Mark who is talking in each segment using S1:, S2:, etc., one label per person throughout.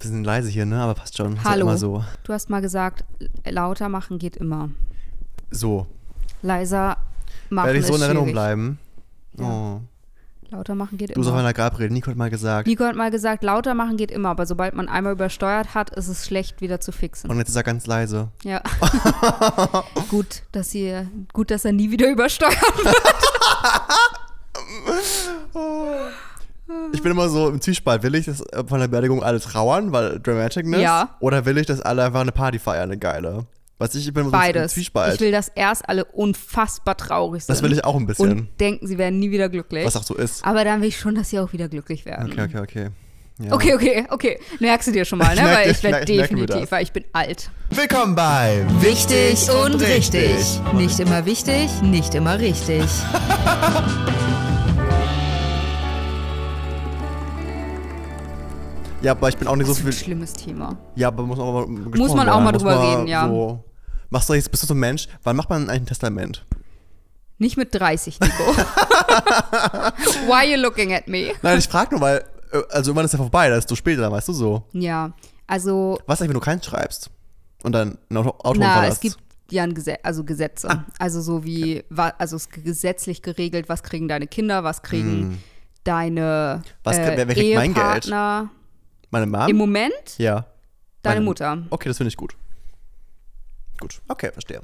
S1: Bisschen leise hier, ne? Aber passt schon. Ist ja
S2: Hallo.
S1: Immer so.
S2: Du hast mal gesagt, lauter machen geht immer.
S1: So.
S2: Leiser machen
S1: Werde ich so
S2: ist
S1: in Erinnerung
S2: schwierig.
S1: bleiben.
S2: Ja.
S1: Oh.
S2: Lauter machen geht
S1: Du hast auf
S2: immer.
S1: einer Gabriel, Nico hat mal gesagt.
S2: Nico hat mal gesagt, lauter machen geht immer, aber sobald man einmal übersteuert hat, ist es schlecht wieder zu fixen.
S1: Und jetzt ist er ganz leise.
S2: ja. gut, dass ihr, gut, dass er nie wieder übersteuert.
S1: Ich bin immer so im Zwiespalt. Will ich, dass äh, von der Beerdigung alle trauern, weil Dramaticness?
S2: Ja.
S1: Oder will ich, dass alle einfach eine Party feiern, eine geile? Was ich, ich bin immer so im
S2: Beides. Ich
S1: Zwiespalt.
S2: will, dass erst alle unfassbar traurig sind.
S1: das will ich auch ein bisschen.
S2: Und denken, sie werden nie wieder glücklich.
S1: was auch so ist.
S2: aber dann will ich schon, dass sie auch wieder glücklich werden.
S1: Okay, okay, okay. Ja.
S2: Okay, okay, okay. Merkst du dir schon mal,
S1: Ich
S2: ne?
S1: merk-
S2: Weil
S1: ich
S2: ich werde
S1: merk- ich merk mir
S2: definitiv,
S1: das.
S2: weil ich bin alt.
S1: Willkommen bei
S3: Wichtig und richtig. Nicht immer wichtig, nicht immer richtig.
S1: Ja, aber ich bin auch nicht so
S2: Das ist ein
S1: viel.
S2: schlimmes Thema.
S1: Ja, aber muss man auch mal
S2: Muss man auch mal drüber reden, ja.
S1: So. Machst du jetzt, bist du so ein Mensch? Wann macht man eigentlich ein Testament?
S2: Nicht mit 30, Nico. Why are you looking at me?
S1: Nein, ich frage nur, weil, äh, also irgendwann ist ja vorbei, da ist du später, weißt du so.
S2: Ja, also,
S1: Was eigentlich, wenn du keins schreibst und dann ein Auto, Auto
S2: na,
S1: verlässt?
S2: es gibt ja ein Gesetz, also Gesetze.
S1: Ah.
S2: Also so wie, wa- also es ist gesetzlich geregelt, was kriegen deine Kinder, was kriegen deine
S1: Hm. Was
S2: äh,
S1: krieg- wer- wer kriegt mein Geld?
S2: Ehepartner.
S1: Meine Mom?
S2: Im Moment
S1: ja.
S2: deine
S1: Meine-
S2: Mutter.
S1: Okay, das finde ich gut. Gut, okay, verstehe.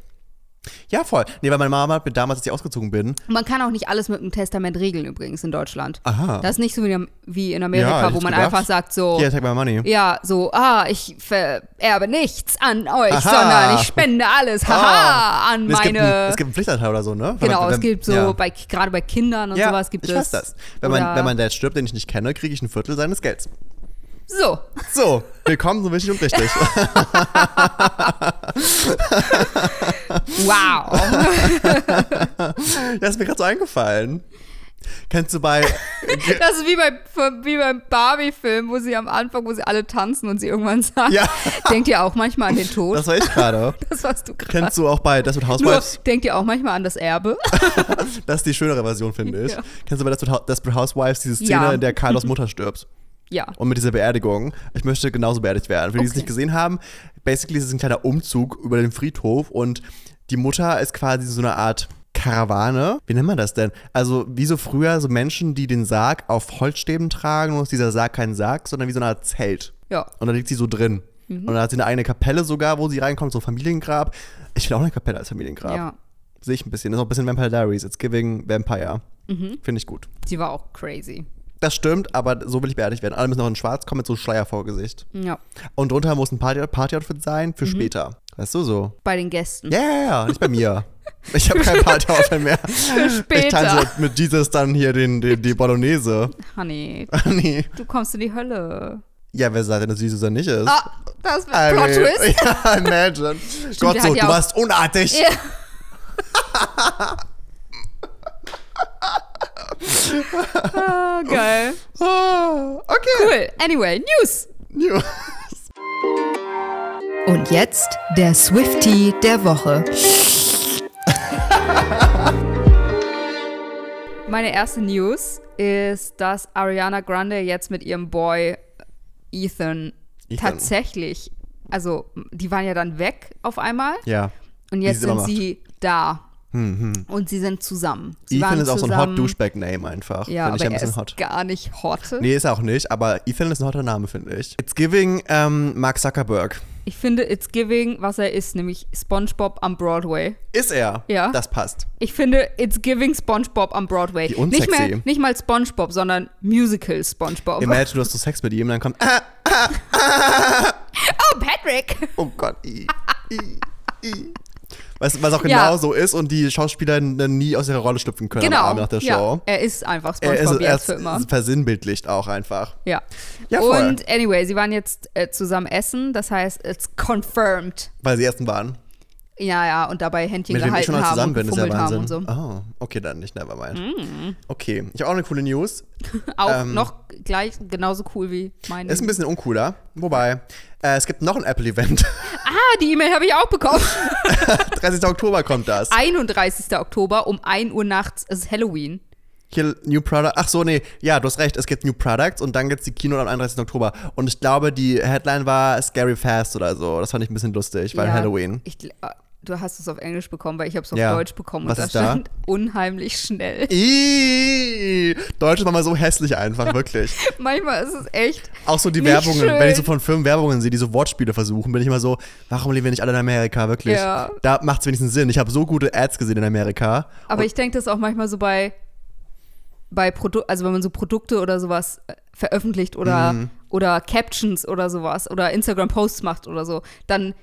S1: Ja, voll. Nee, weil meine Mama hat mir damals, als ich ausgezogen bin,
S2: Man kann auch nicht alles mit einem Testament regeln übrigens in Deutschland.
S1: Aha.
S2: Das ist nicht so wie in- wie in
S1: Ja,
S2: Amerika,
S1: hätte
S2: wo
S1: ich
S2: man
S1: gedacht.
S2: einfach sagt so,
S1: hier, take my money.
S2: Oh. Ja, so, ah, ich vererbe nichts an euch,
S1: Aha.
S2: sondern ich spende alles, haha, an
S1: Nee, es Gibt
S2: meine.
S1: einen, es gibt einen Pflichtanteil oder so, ne? Wenn
S2: genau,
S1: man-
S2: es
S1: wenn-
S2: gibt so,
S1: ja.
S2: bei, gerade bei Kindern und
S1: ja,
S2: sowas gibt
S1: ich
S2: es.
S1: weiß das. Wenn mein,
S2: oder-
S1: wenn mein Dad stirbt, den ich nicht kenne, kriege ich ein Viertel seines Gelds.
S2: So,
S1: So, willkommen so wichtig und richtig.
S2: wow.
S1: Das ist mir gerade so eingefallen. Kennst du bei.
S2: das ist wie, bei, wie beim Barbie-Film, wo sie am Anfang, wo sie alle tanzen und sie irgendwann sagen,
S1: Ja.
S2: denkt ihr auch manchmal an den Tod?
S1: Das war ich gerade.
S2: Das, was du gerade.
S1: Kennst du halt. auch bei Desperate
S2: Nur,
S1: Housewives?
S2: denkt ihr auch manchmal an das Erbe?
S1: Das ist die schönere Version, finde ich.
S2: Ja.
S1: Kennst du bei Desperate Hou- Desperate Housewives diese Szene,
S2: Ja.
S1: in der Carlos Mutter stirbt?
S2: ja.
S1: Und mit dieser Beerdigung. Ich möchte genauso beerdigt werden. Für die, die es
S2: Okay.
S1: nicht gesehen haben, basically ist es ein kleiner Umzug über den Friedhof und die Mutter ist quasi so eine Art Karawane. Wie nennt man das denn? Also, wie so früher, so Menschen, die den Sarg auf Holzstäben tragen, nur ist dieser Sarg kein Sarg, sondern wie so eine Art Zelt.
S2: Ja.
S1: Und da liegt sie so drin.
S2: Mhm.
S1: Und da hat sie eine eigene Kapelle sogar, wo sie reinkommt, so ein Familiengrab. Ich will auch eine Kapelle als Familiengrab.
S2: Ja.
S1: Sehe ich ein bisschen. Ist auch ein bisschen Vampire Diaries. It's giving Vampire.
S2: Mhm.
S1: Finde ich gut.
S2: Sie war auch crazy.
S1: Das stimmt, aber so will ich beerdigt werden. Alle müssen noch in schwarz kommen mit so einem Schleier vor Gesicht.
S2: Ja.
S1: Und drunter muss ein Party- Party-Outfit sein
S2: Mhm.
S1: für später. Weißt du so?
S2: Bei den Gästen.
S1: Ja, ja, ja, nicht bei mir. Ich habe kein Party-Outfit mehr. Für
S2: später.
S1: Ich tanze mit Jesus dann hier den, den, die Bolognese.
S2: Honey,
S1: nee.
S2: du kommst in die Hölle.
S1: Ja, wer sagt denn, dass Jesus er nicht ist?
S2: Ah, das
S1: I
S2: war Plot
S1: mean,
S2: Twist.
S1: Ja, imagine. Gott,
S2: der
S1: so,
S2: hat ja
S1: du
S2: auch-
S1: warst unartig.
S2: Ja. ah, geil.
S1: Ah, okay.
S2: Cool. Anyway, News.
S1: Ja.
S3: Und jetzt der Swifty der Woche.
S2: Meine erste News ist, dass Ariana Grande jetzt mit ihrem Boy Ethan,
S1: Ethan.
S2: tatsächlich, also die waren ja dann weg auf einmal
S1: Ja.
S2: und
S1: Wie
S2: jetzt
S1: sie immer
S2: sind
S1: macht. Hm,
S2: sie da und sie sind zusammen. Sie
S1: Ethan
S2: waren
S1: ist auch so ein
S2: zusammen-
S1: hot Douchebag-Name einfach.
S2: Ja,
S1: finde ich
S2: aber
S1: ja ein
S2: er
S1: bisschen
S2: ist
S1: hot.
S2: gar nicht hot.
S1: Nee, ist er auch nicht, aber Ethan ist ein hotter Name, finde ich. It's giving ähm, Mark Zuckerberg.
S2: Ich finde It's Giving, was er ist, nämlich SpongeBob am Broadway.
S1: Ist er?
S2: Ja.
S1: Das passt.
S2: Ich finde It's Giving SpongeBob am Broadway.
S1: Wie
S2: nicht,
S1: unsexy.
S2: mehr, nicht mal SpongeBob, sondern Musical SpongeBob.
S1: Imagine, du hast so Sex mit ihm, dann kommt, ah,
S2: Oh, Patrick!
S1: oh Gott, i, i, i. Weißt du, was auch genau
S2: Ja.
S1: so ist und die Schauspieler dann nie aus ihrer Rolle schlüpfen können am
S2: Genau.
S1: Abend nach der
S2: Ja,
S1: Show.
S2: er ist einfach
S1: Er
S2: SpongeBob
S1: ist, er
S2: jetzt
S1: ist
S2: für immer.
S1: versinnbildlicht auch einfach.
S2: Ja.
S1: Ja, voll.
S2: Und anyway, sie waren jetzt äh, zusammen essen, das heißt, it's confirmed.
S1: Weil sie ersten waren.
S2: Ja, ja, und dabei Händchen
S1: Mit wem ich
S2: gehalten
S1: schon mal
S2: haben
S1: zusammen
S2: und
S1: bin, ist ja
S2: gefummelt haben
S1: Wahnsinn.
S2: und so. Mm.
S1: Oh, okay, dann nicht, nevermind. Okay, ich habe auch eine coole News.
S2: Auch
S1: Ähm.
S2: noch gleich genauso cool wie meine.
S1: Ist ein bisschen uncooler, wobei, äh, es gibt noch ein Apple-Event.
S2: ah, die E-Mail habe ich auch bekommen.
S1: 30. Oktober kommt das.
S2: 31. Oktober um 1 Uhr nachts, es ist Halloween.
S1: Hier, New Product. Ach so, nee. Ja, du hast recht. Es gibt New Products und dann gibt es die Kino am 31. Oktober. Und ich glaube, die Headline war Scary Fast oder so. Das fand ich ein bisschen lustig, weil
S2: Ja,
S1: Halloween.
S2: Ich, gl- äh, du hast es auf Englisch bekommen, weil ich habe es auf
S1: Ja.
S2: Deutsch bekommen
S1: Was
S2: und
S1: ist
S2: da
S1: da?
S2: stand unheimlich schnell.
S1: Ihhh. Deutsch ist manchmal so hässlich einfach, wirklich.
S2: Manchmal ist es echt.
S1: Auch so die
S2: Nicht
S1: Werbungen,
S2: schön.
S1: wenn ich so von Firmen Werbungen sehe, die so Wortspiele versuchen, bin ich immer so, warum leben wir nicht alle in Amerika, wirklich?
S2: Ja.
S1: Da macht es wenigstens Sinn. Ich habe so gute Ads gesehen in Amerika.
S2: Aber ich denke das auch manchmal so bei, bei Produ also wenn man so Produkte oder sowas äh, veröffentlicht oder,
S1: Mhm.
S2: oder Captions oder sowas oder Instagram-Posts macht oder so, dann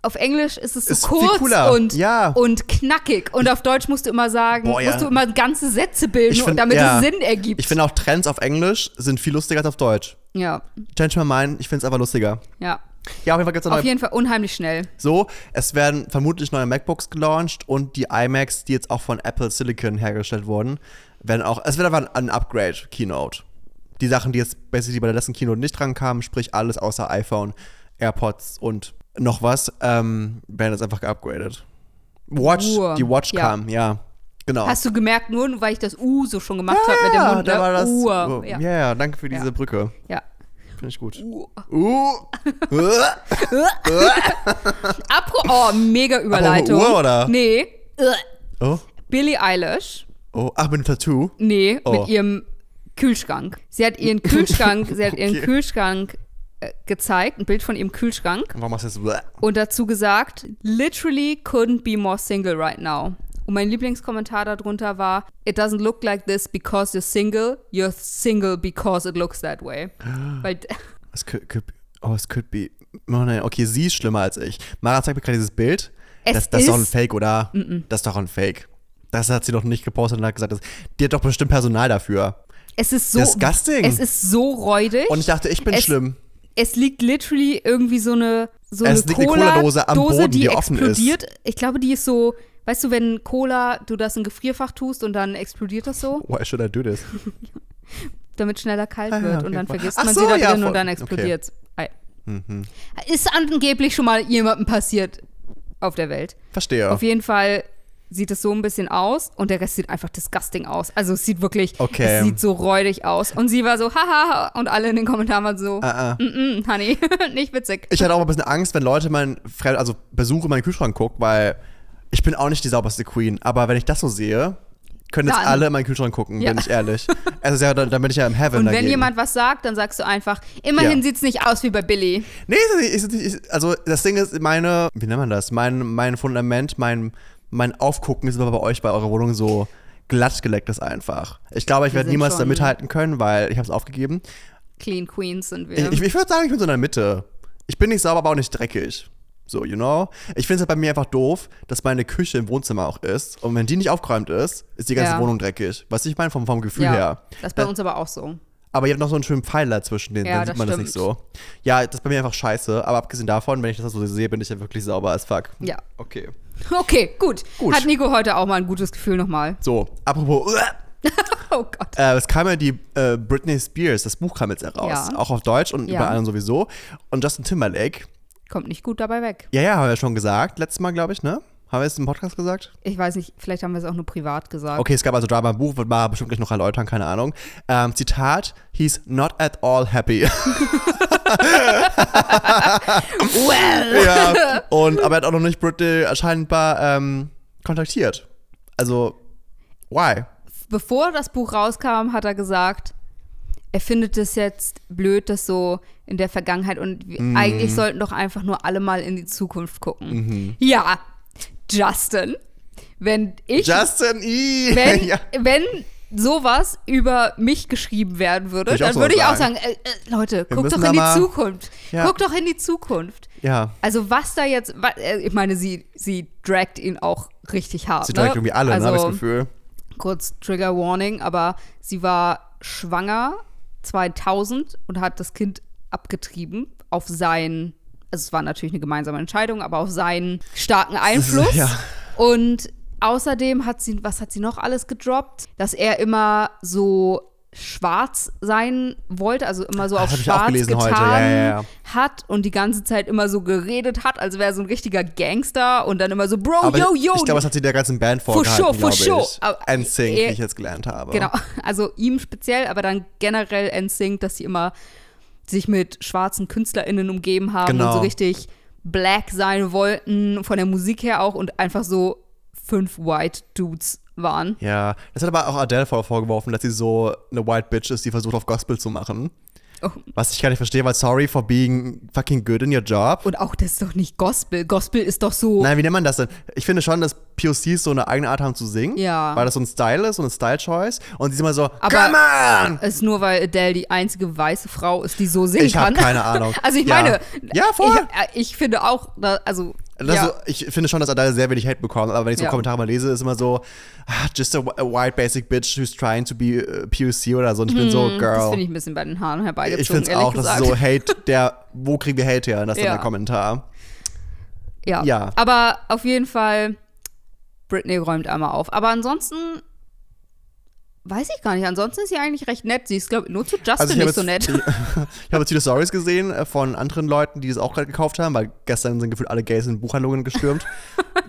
S2: auf Englisch ist es so
S1: Ist viel
S2: kurz
S1: cooler,
S2: und,
S1: ja.
S2: und knackig. Und auf Deutsch musst du immer sagen,
S1: Boah, ja.
S2: musst du immer ganze Sätze bilden,
S1: Ich find-
S2: damit
S1: ja.
S2: es Sinn ergibt.
S1: Ich finde auch Trends auf Englisch sind viel lustiger als auf Deutsch.
S2: ja,
S1: Change my mind, ich finde es aber lustiger.
S2: ja.
S1: Ja, auf jeden Fall gibt es
S2: Auf
S1: neue.
S2: jeden Fall unheimlich schnell.
S1: So, es werden vermutlich neue MacBooks gelauncht und die iMacs, die jetzt auch von Apple Silicon hergestellt wurden, werden auch. Es wird einfach ein, ein Upgrade Keynote. Die Sachen, die jetzt basically bei der letzten Keynote nicht dran kamen, sprich alles außer iPhone, AirPods und noch was, ähm, werden jetzt einfach geupgradet. Watch,
S2: Uhr,
S1: die Watch
S2: ja.
S1: kam, ja. Genau.
S2: Hast du gemerkt, nur weil ich das U so schon gemacht habe mit dem
S1: ja,
S2: Mund?
S1: da
S2: ne?
S1: war das.
S2: Uhr.
S1: Ja,
S2: Ja.
S1: ja, danke für diese
S2: Ja.
S1: Brücke.
S2: ja.
S1: Finde ich gut.
S2: Uhr.
S1: Uh. Uh.
S2: Apro oh, mega Überleitung.
S1: Uhr, oder?
S2: Nee.
S1: Oh.
S2: Billie Eilish.
S1: Oh. Ach, mit dem Tattoo.
S2: Nee,
S1: Oh.
S2: mit ihrem Kühlschrank. Sie hat ihren Kühlschrank, sie hat ihren
S1: Okay.
S2: Kühlschrank äh, gezeigt, ein Bild von ihrem Kühlschrank
S1: Warum machst du jetzt. Bleh?
S2: und dazu gesagt, literally couldn't be more single right now. Und mein Lieblingskommentar darunter war, it doesn't look like this because you're single, you're single because it looks that way. Weil
S1: Es could, could be, oh, es could be. Oh nein, okay, sie ist schlimmer als ich. Mara zeigt mir gerade dieses Bild.
S2: Es
S1: das, das ist doch ein
S2: ist-
S1: Fake, oder? Das ist doch ein Fake. Das hat sie doch nicht gepostet und hat gesagt, das, die hat doch bestimmt Personal dafür.
S2: es ist so
S1: Disgusting.
S2: es ist so räudig.
S1: Und ich dachte, ich bin
S2: Es-
S1: schlimm.
S2: es liegt literally irgendwie so eine so
S1: Es
S2: eine
S1: liegt eine
S2: Cola
S1: Cola-Dose am Boden,
S2: die,
S1: die offen ist.
S2: explodiert. Ich glaube, die ist so, weißt du, wenn Cola, du das in ein Gefrierfach tust und dann explodiert das so,
S1: Why should I do this?
S2: damit schneller kalt
S1: Ah,
S2: wird
S1: ja, okay,
S2: und dann
S1: voll.
S2: vergisst
S1: Ach
S2: man
S1: so,
S2: sie da
S1: ja,
S2: drin
S1: voll.
S2: und dann
S1: Okay. Mhm.
S2: explodiert. Ei. Ist angeblich schon mal jemandem passiert auf der Welt.
S1: Verstehe.
S2: Auf jeden Fall sieht es so ein bisschen aus und der Rest sieht einfach disgusting aus. Also es sieht wirklich,
S1: Okay.
S2: es sieht so räudig aus. Und sie war so, haha, und alle in den Kommentaren waren so,
S1: Ah, ah.
S2: "Mm, honey, nicht witzig.
S1: Ich hatte auch mal ein bisschen Angst, wenn Leute meinen, Fremd- also Besuche meinen Kühlschrank gucken, weil ich bin auch nicht die sauberste Queen. Aber wenn ich das so sehe, können jetzt
S2: Dann.
S1: alle in meinen Kühlschrank gucken,
S2: Ja.
S1: bin ich ehrlich. Also ja, dann, dann bin ich ja im Heaven
S2: Und wenn
S1: dagegen.
S2: jemand was sagt, dann sagst du einfach, immerhin
S1: Ja.
S2: sieht's nicht aus wie bei Billy.
S1: Nee, ist, ist, ist, ist, also das Ding ist, meine, wie nennt man das? Mein, mein Fundament, mein, mein Aufgucken ist immer bei euch bei eurer Wohnung so glatt gelecktes einfach. Ich glaube, ich
S2: Wir
S1: werde
S2: sind
S1: niemals da
S2: schon-
S1: mithalten können, weil ich habe es aufgegeben.
S2: Clean Queens sind wir.
S1: Ich, ich, ich würde sagen, ich bin so in der Mitte. Ich bin nicht sauber, aber auch nicht dreckig. So, you know? Ich finde es halt bei mir einfach doof, dass meine Küche im Wohnzimmer auch ist. Und wenn die nicht aufgeräumt ist, ist die ganze
S2: Ja.
S1: Wohnung dreckig. Was ich meine vom, vom Gefühl
S2: ja,
S1: her.
S2: das ist bei
S1: Da-
S2: uns aber auch so.
S1: aber ihr habt noch so einen schönen Pfeiler zwischen denen,
S2: Ja,
S1: dann
S2: das
S1: sieht man das nicht
S2: stimmt.
S1: so. Ja, das ist bei mir einfach scheiße. Aber abgesehen davon, wenn ich das so sehe, bin ich ja wirklich sauber als fuck.
S2: Ja.
S1: Okay.
S2: Okay, gut.
S1: Gut.
S2: Hat Nico heute auch mal ein gutes Gefühl nochmal.
S1: So, apropos,
S2: Oh Gott.
S1: äh, es kam ja die äh, Britney Spears, das Buch kam jetzt heraus.
S2: Ja.
S1: Auch auf Deutsch und
S2: Ja.
S1: überall und sowieso. Und Justin Timberlake,
S2: Kommt nicht gut dabei weg.
S1: ja, ja, haben wir schon gesagt. Letztes Mal, glaube ich, ne? Haben wir es im Podcast gesagt?
S2: Ich weiß nicht, vielleicht haben wir es auch nur privat gesagt.
S1: Okay, es gab also Drama im Buch, wird man bestimmt gleich noch erläutern, keine Ahnung. Ähm, Zitat, he's not at all happy.
S2: Well.
S1: ja. Und aber er hat auch noch nicht Britney scheinbar ähm, kontaktiert. Also, why?
S2: Bevor das Buch rauskam, hat er gesagt, er findet es jetzt blöd, dass so in der Vergangenheit und wir-
S1: Mhm.
S2: eigentlich sollten doch einfach nur alle mal in die Zukunft
S1: Mhm.
S2: gucken. Ja, Justin, wenn ich
S1: Justin E.
S2: wenn,
S1: ja.
S2: wenn sowas über mich geschrieben werden würde,
S1: Würde ich auch
S2: dann würde ich
S1: sowas
S2: auch sagen, äh, äh, Leute, guckt
S1: müssen
S2: doch
S1: da
S2: in die
S1: mal-
S2: Zukunft.
S1: Ja.
S2: Guckt doch in die Zukunft.
S1: ja.
S2: Also was da jetzt, wa- äh, ich meine, sie, sie dragt ihn auch richtig hart.
S1: Sie
S2: ne?
S1: direkt irgendwie alle,
S2: also,
S1: ne, habe ich das Gefühl.
S2: Kurz Trigger Warning, aber sie war schwanger 2000 und hat das Kind abgetrieben auf seinen, also es war natürlich eine gemeinsame Entscheidung, aber auf seinen starken Einfluss.
S1: ja.
S2: Und außerdem hat sie, was hat sie noch alles gedroppt? Dass er immer so schwarz sein wollte, also immer so
S1: Ah,
S2: auf
S1: das Ah, hab ich auch
S2: schwarz
S1: gelesen
S2: getan
S1: heute. Ja, ja, ja.
S2: hat und die ganze Zeit immer so geredet hat, als wäre er so ein richtiger Gangster und dann immer so, Bro,
S1: Aber
S2: oh, yo, yo.
S1: ich glaube, das hat sie der ganzen Band
S2: sure,
S1: vorgehalten,
S2: for
S1: glaube
S2: sure.
S1: ich.
S2: Aber-
S1: NSYNC, wie
S2: eh-
S1: ich jetzt gelernt habe.
S2: Genau, also ihm speziell, aber dann generell NSYNC, dass sie immer sich mit schwarzen KünstlerInnen umgeben haben
S1: Genau.
S2: und so richtig black sein wollten, von der Musik her auch und einfach so fünf White Dudes waren.
S1: Ja, das hat aber auch Adele vor- vorgeworfen, dass sie so eine White Bitch ist, die versucht, auf Gospel zu machen.
S2: Oh.
S1: Was ich gar nicht verstehe, weil sorry for being fucking good in your job.
S2: Und auch das ist doch nicht Gospel. Gospel ist doch so.
S1: Nein, wie nennt man das denn? Ich finde schon, dass POCs so eine eigene Art haben zu singen.
S2: Ja.
S1: Weil das so ein Style ist, so eine Style-Choice. Und sie sind immer so,
S2: Aber-
S1: come on!
S2: Ist nur, weil Adele die einzige weiße Frau ist, die so singen
S1: Ich habe
S2: kann.
S1: keine Ahnung.
S2: Also ich
S1: Ja.
S2: meine,
S1: Ja, voll.
S2: Ich, äh, ich finde auch, da, also
S1: Das
S2: ja,
S1: so, ich finde schon, dass Adele sehr wenig Hate bekommt, aber wenn ich so
S2: Ja.
S1: Kommentare mal lese, ist immer so, ah, just a, wh- a white basic bitch who's trying to be äh, POC oder so. Und ich bin so,
S2: Hm, das
S1: girl.
S2: finde ich ein bisschen bei den Haaren
S1: Ich,
S2: herbeigezogen.
S1: finde es
S2: ehrlich
S1: auch, das
S2: gesagt.
S1: ist so Hate, der, wo kriegen wir Hate her? Und das ist dann
S2: Ja.
S1: der Kommentar.
S2: Ja.
S1: Ja.
S2: Aber auf jeden Fall, Britney räumt einmal auf. Aber ansonsten weiß ich gar nicht. Ansonsten ist sie eigentlich recht nett. Sie ist, glaube ich, nur zu Justin
S1: Also ich
S2: nicht so
S1: habe jetzt,
S2: nett.
S1: ich habe jetzt viele Stories gesehen äh, von anderen Leuten, die es auch gerade gekauft haben, weil gestern sind gefühlt alle Gays in Buchhandlungen gestürmt.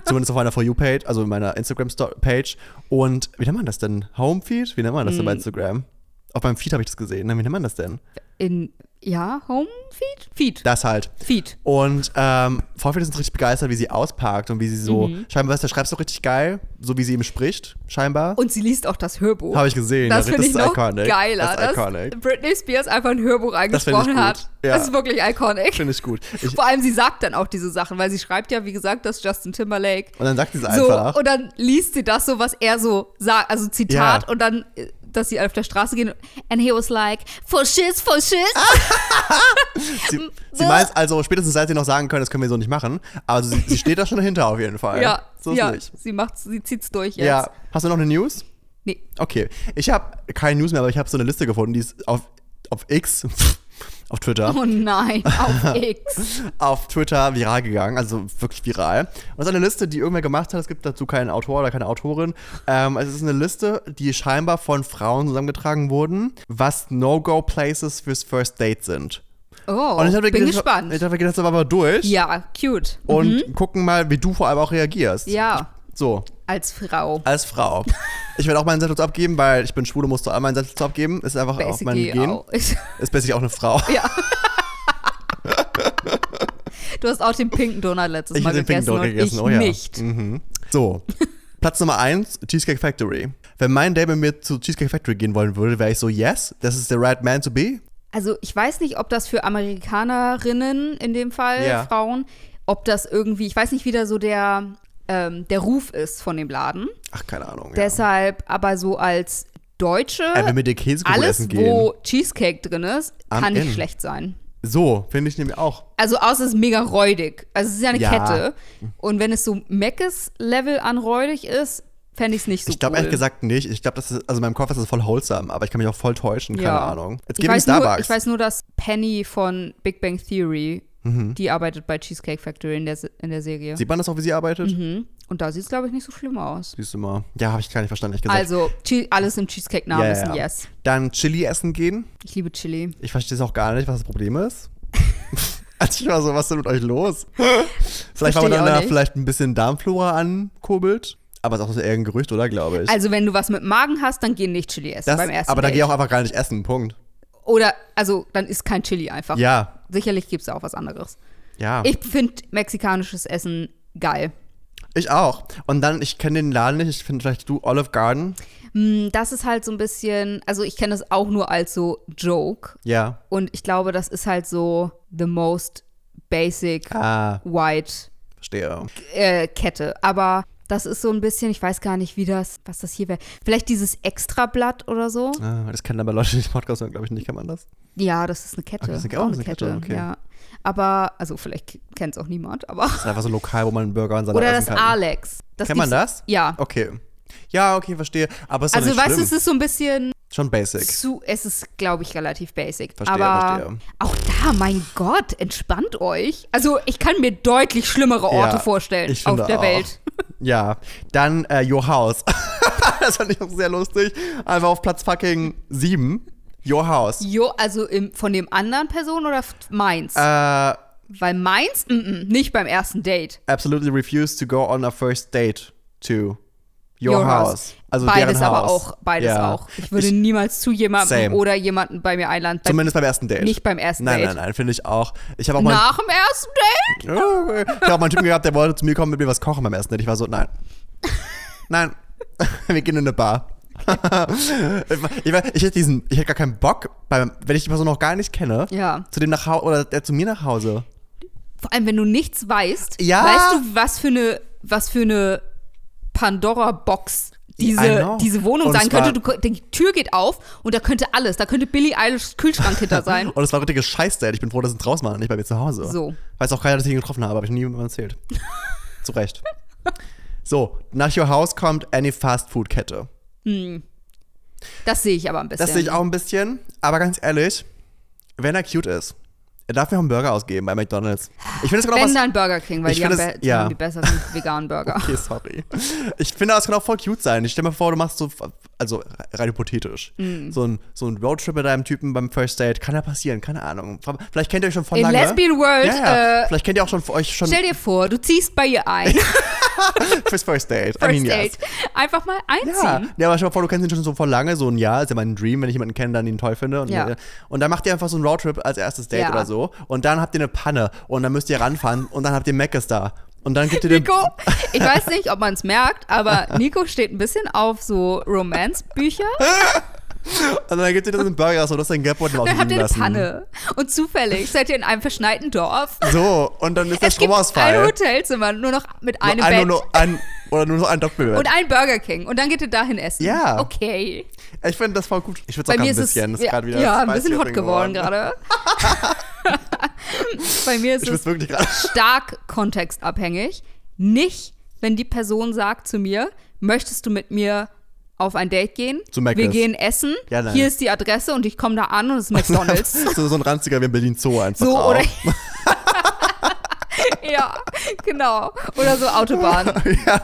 S1: Zumindest auf meiner For You-Page, also in meiner Instagram-Page. Und wie nennt man das denn? Homefeed? Wie nennt man das denn bei
S2: Hm.
S1: Instagram? Auf meinem Feed habe ich das gesehen. Na, Wie nennt man das denn?
S2: In, ja, Home Feed? Feed.
S1: Das halt.
S2: Feed.
S1: Und ähm, Vorfeld ist uns richtig begeistert, wie sie auspackt und wie sie so,
S2: Mhm.
S1: scheinbar ist der Schreibst doch richtig geil, so wie sie eben spricht, scheinbar.
S2: Und sie liest auch das Hörbuch.
S1: Habe ich gesehen.
S2: das
S1: ja,
S2: finde ich
S1: ist
S2: noch
S1: iconic.
S2: geiler.
S1: Das ist
S2: dass
S1: iconic.
S2: Britney Spears einfach ein Hörbuch
S1: Das finde ich
S2: eingesprochen
S1: gut.
S2: hat.
S1: Ja.
S2: Das ist wirklich iconic.
S1: Finde ich gut. Ich,
S2: Vor allem, sie sagt dann auch diese Sachen, weil sie schreibt ja, wie gesagt, dass Justin Timberlake
S1: und dann sagt sie es
S2: So,
S1: einfach.
S2: und dann liest sie das so, was er so sagt, also Zitat,
S1: Ja.
S2: und dann, äh, dass sie auf der Straße gehen. And he was like, for shiz, for shiz.
S1: sie
S2: Hm,
S1: sie meint also spätestens seit sie noch sagen können, das können wir so nicht machen. Aber sie, sie steht da schon dahinter auf jeden Fall.
S2: ja,
S1: Ah, So ist
S2: ja
S1: nicht.
S2: sie macht's, sie zieht's durch jetzt.
S1: Ja. Hast du noch eine News?
S2: Nee,
S1: Okay. Ich habe keine News mehr, aber ich habe so eine Liste gefunden, die ist auf, auf X, auf Twitter.
S2: oh nein, auf X.
S1: auf Twitter viral gegangen, also wirklich viral. Und das ist eine Liste, die irgendwer gemacht hat. Es gibt dazu keinen Autor oder keine Autorin. Ähm, es ist eine Liste, die scheinbar von Frauen zusammengetragen wurden, was No-Go-Places fürs First Date sind.
S2: Oh,
S1: Und ich habe
S2: bin
S1: gedacht,
S2: gespannt.
S1: Ich habe gedacht, das war mal durch.
S2: ja, cute.
S1: Und gucken mal, wie du vor allem auch reagierst.
S2: Mhm. Ja,
S1: So,
S2: als Frau.
S1: als Frau. ich werde auch meinen Sattel abgeben, weil ich bin schwul und musste all meinen Sattel abgeben. Ist einfach auf meinen
S2: Basically
S1: Gen.
S2: auch. Ich,
S1: Ist basically auch eine Frau.
S2: ja. du hast auch den pinken Donut letztes
S1: Ich
S2: Mal
S1: hab den pinken
S2: gegessen
S1: Donut
S2: und
S1: gegessen,
S2: ich
S1: oh ja.
S2: nicht.
S1: So, Platz Nummer 1, Cheesecake Factory. Wenn mein Date mit mir zu Cheesecake Factory gehen wollen würde, wäre ich so, yes, das ist der right man to be.
S2: Also ich weiß nicht, ob das für Amerikanerinnen in dem Fall,
S1: Ja.
S2: Frauen, ob das irgendwie, ich weiß nicht, wie da so der, ähm, der Ruf ist von dem Laden.
S1: Ach, keine Ahnung. Ja.
S2: Deshalb aber so als Deutsche,
S1: Äh, wenn wir dir Käsekuchen
S2: alles,
S1: essen gehen.
S2: wo Cheesecake drin ist,
S1: Am
S2: kann
S1: Inn.
S2: nicht schlecht sein.
S1: So, finde ich nämlich auch.
S2: Also außer es ist mega räudig. Also es ist ja eine
S1: Ja.
S2: Kette. Und wenn es so Meckes-Level an räudig ist, fände ich es nicht so
S1: Ich glaube
S2: cool.
S1: ehrlich gesagt nicht. Ich glaube, das ist, also in meinem Kopf ist es voll wholesome, aber ich kann mich auch voll täuschen, keine
S2: Ja.
S1: Ahnung. Jetzt gehen
S2: Ich
S1: wir in
S2: weiß, nur,
S1: Starbucks.
S2: ich weiß nur, dass Penny von Big Bang Theory, die arbeitet bei Cheesecake Factory in der, Se- in der Serie.
S1: Sieht man das auch, wie Mhm. sie arbeitet?
S2: Mhm. Und da sieht es, glaube ich, nicht so schlimm aus.
S1: Siehst du mal. Ja, habe ich gar nicht verstanden, ehrlich gesagt.
S2: Also, Che- alles im Cheesecake-Namen
S1: ja,
S2: ist
S1: ja,
S2: ein
S1: ja.
S2: Yes.
S1: Dann Chili essen gehen.
S2: Ich liebe Chili.
S1: Ich verstehe es auch gar nicht, was das Problem ist. Also ich war so, was ist denn mit euch los? vielleicht
S2: Verstehe
S1: weil man
S2: ich
S1: dann
S2: auch
S1: da
S2: nicht.
S1: vielleicht ein bisschen Darmflora ankurbelt. Aber es ist auch so eher ein Gerücht, oder, glaube ich.
S2: Also, wenn du was mit Magen hast, dann geh nicht Chili essen
S1: das,
S2: beim ersten
S1: aber da
S2: Date.
S1: gehe ich auch einfach gar nicht essen, Punkt.
S2: Oder, also, dann ist kein Chili einfach.
S1: Ja,
S2: Sicherlich gibt es auch was anderes.
S1: ja. Ich,
S2: Ich finde mexikanisches Essen geil.
S1: auch. Und dann, ich kenne den Laden nicht, ich finde vielleicht du Olive Garden.
S2: Hm, Das ist halt so ein bisschen, also ich kenne das auch nur als so Joke.
S1: Ja.
S2: Und ich glaube, das ist halt so the most basic
S1: Ah,
S2: white
S1: verstehe.
S2: äh, Kette. Aber das ist so ein bisschen, ich weiß gar nicht, wie das, was das hier wäre. Vielleicht dieses Extrablatt oder so.
S1: Ah, das kennen aber Leute, die den Podcast hören, glaube ich, nicht. Kann man das?
S2: Ja, das ist eine Kette.
S1: Ach, das ist
S2: Auch
S1: eine Kette, okay.
S2: Ja. Aber, also vielleicht kennt es auch niemand, aber.
S1: Das ist einfach so ein Lokal, wo man einen Burger und Salat
S2: Oder
S1: essen
S2: das
S1: kann.
S2: Alex. Das
S1: Kennt man
S2: gibt's-
S1: das?
S2: Ja.
S1: Okay. Ja, okay, verstehe. Aber es ist
S2: Also
S1: Oh, doch nicht
S2: weißt du, es
S1: schlimm.
S2: ist so ein bisschen
S1: Schon basic.
S2: zu, es ist, glaube ich, relativ basic.
S1: Verstehe,
S2: aber
S1: verstehe.
S2: auch da, mein Gott, entspannt euch. Also ich kann mir deutlich schlimmere Orte
S1: Ja,
S2: vorstellen
S1: ich finde
S2: auf der
S1: auch.
S2: Welt.
S1: Ja, dann äh, Your House. das fand ich auch sehr lustig. Einfach auf Platz fucking 7. Your house.
S2: Jo, also im, von dem anderen Person oder f- meins?
S1: Äh,
S2: Weil meins, mm -mm, nicht beim ersten Date.
S1: absolutely refuse to go on a first date to your,
S2: Your
S1: house.
S2: house.
S1: Also
S2: beides
S1: deren
S2: aber
S1: Haus.
S2: auch, beides
S1: Ja.
S2: auch. Ich würde
S1: Ich-
S2: niemals zu jemandem
S1: Same.
S2: oder jemanden bei mir einladen. Bei,
S1: Zumindest beim ersten Date.
S2: Nicht beim ersten
S1: nein,
S2: Date.
S1: Nein, nein, nein, finde ich auch. Ich habe auch mal,
S2: nach dem ersten Date?
S1: ich habe auch mal einen Typen gehabt, der wollte zu mir kommen, mit mir was kochen beim ersten Date. Ich war so, nein. Nein. Wir gehen in eine Bar. ich, war- ich hätte diesen, ich hätte gar keinen Bock, beim, wenn ich die Person noch gar nicht kenne,
S2: Ja.
S1: zu dem nach Hause oder der zu mir nach Hause.
S2: Vor allem, wenn du nichts weißt,
S1: Ja.
S2: weißt du, was für eine, was für eine Pandora-Box
S1: I
S2: diese,
S1: know.
S2: diese Wohnung
S1: Und
S2: sein
S1: es war-
S2: könnte. Du, kö- die Tür geht auf und da könnte alles. Da könnte Billie Eilish Kühlschrank hinter sein.
S1: Und es war ein richtiges Scheißdate. Ich bin froh, dass es draußen war, und nicht bei mir zu Hause.
S2: Ähm. So.
S1: Weiß auch keiner, dass ich ihn getroffen habe, habe ich niemandem erzählt. zu Recht. So, nach Your House kommt eine Fastfood-Kette.
S2: Das sehe ich aber ein bisschen.
S1: Das sehe ich auch ein bisschen, aber ganz ehrlich, wenn er cute ist, er darf mir auch einen Burger ausgeben bei McDonalds. Ich finde, es kann auch
S2: Wenn
S1: was.
S2: dann Burger King, weil
S1: Ich
S2: die haben,
S1: find es-
S2: be- die
S1: ja.
S2: haben die besseren veganen Burger.
S1: Okay, sorry. Ich finde, das kann auch voll cute sein. Ich stelle mir vor, du machst so, also rein hypothetisch,
S2: Mhm.
S1: so ein, so ein Roadtrip mit deinem Typen beim First Date. Kann ja passieren, keine Ahnung. Vielleicht kennt ihr euch schon von
S2: In
S1: lange.
S2: Lesbian World,
S1: Ja, ja.
S2: äh,
S1: Vielleicht kennt ihr auch schon euch schon
S2: Stell dir vor, du ziehst bei ihr ein.
S1: fürs First Date. I
S2: First
S1: mean, yes.
S2: Date. Einfach mal
S1: Ja,
S2: einziehen.
S1: ja, aber stell dir mal vor, du kennst ihn schon so vor lange, so ein Jahr, ist ja mein Dream, wenn ich jemanden kenne, dann ihn toll finde. Und, äh,
S2: Ja.
S1: und dann macht ihr einfach so einen Roadtrip als erstes Date
S2: Ja.
S1: oder so. Und dann habt ihr eine Panne und dann müsst ihr ranfahren und dann habt ihr Mac ist da. Und dann gibt ihr den.
S2: Nico, ich weiß nicht, ob man es merkt, aber Nico steht ein bisschen auf so Romance-Bücher.
S1: Und dann gibt ihr diesen Burger so, du hast dein Geldbeutel
S2: Dann habt
S1: ausliegen lassen.
S2: ihr eine Panne. Und zufällig seid ihr in einem verschneiten Dorf.
S1: So, und dann ist der
S2: Es gibt
S1: Stromausfall.
S2: ein Hotelzimmer, nur noch mit
S1: Nur
S2: einem
S1: ein,
S2: Bett.
S1: Nur, ein, oder nur so ein Doppelbett.
S2: und ein Burger King. Und dann geht ihr dahin essen.
S1: Ja.
S2: Okay.
S1: Ich finde das voll gut. Ich würde
S2: Bei
S1: sagen,
S2: mir
S1: ein
S2: ist es
S1: bisschen. ist
S2: ja,
S1: grad wieder
S2: ja ein
S1: spicy
S2: bisschen hot geworden
S1: geworden
S2: gerade. Bei mir ist
S1: Ich
S2: es
S1: bin wirklich gerade.
S2: stark kontextabhängig. Nicht, wenn die Person sagt zu mir, möchtest du mit mir auf ein Date gehen?
S1: Zu Mc's.
S2: Wir gehen essen.
S1: Ja, nein.
S2: Hier ist die Adresse und ich komme da an und es ist McDonald's.
S1: so, so ein ranziger wie in Berlin Zoo einfach.
S2: so
S1: auch.
S2: oder Ja, genau. Oder so Autobahn.
S1: ja,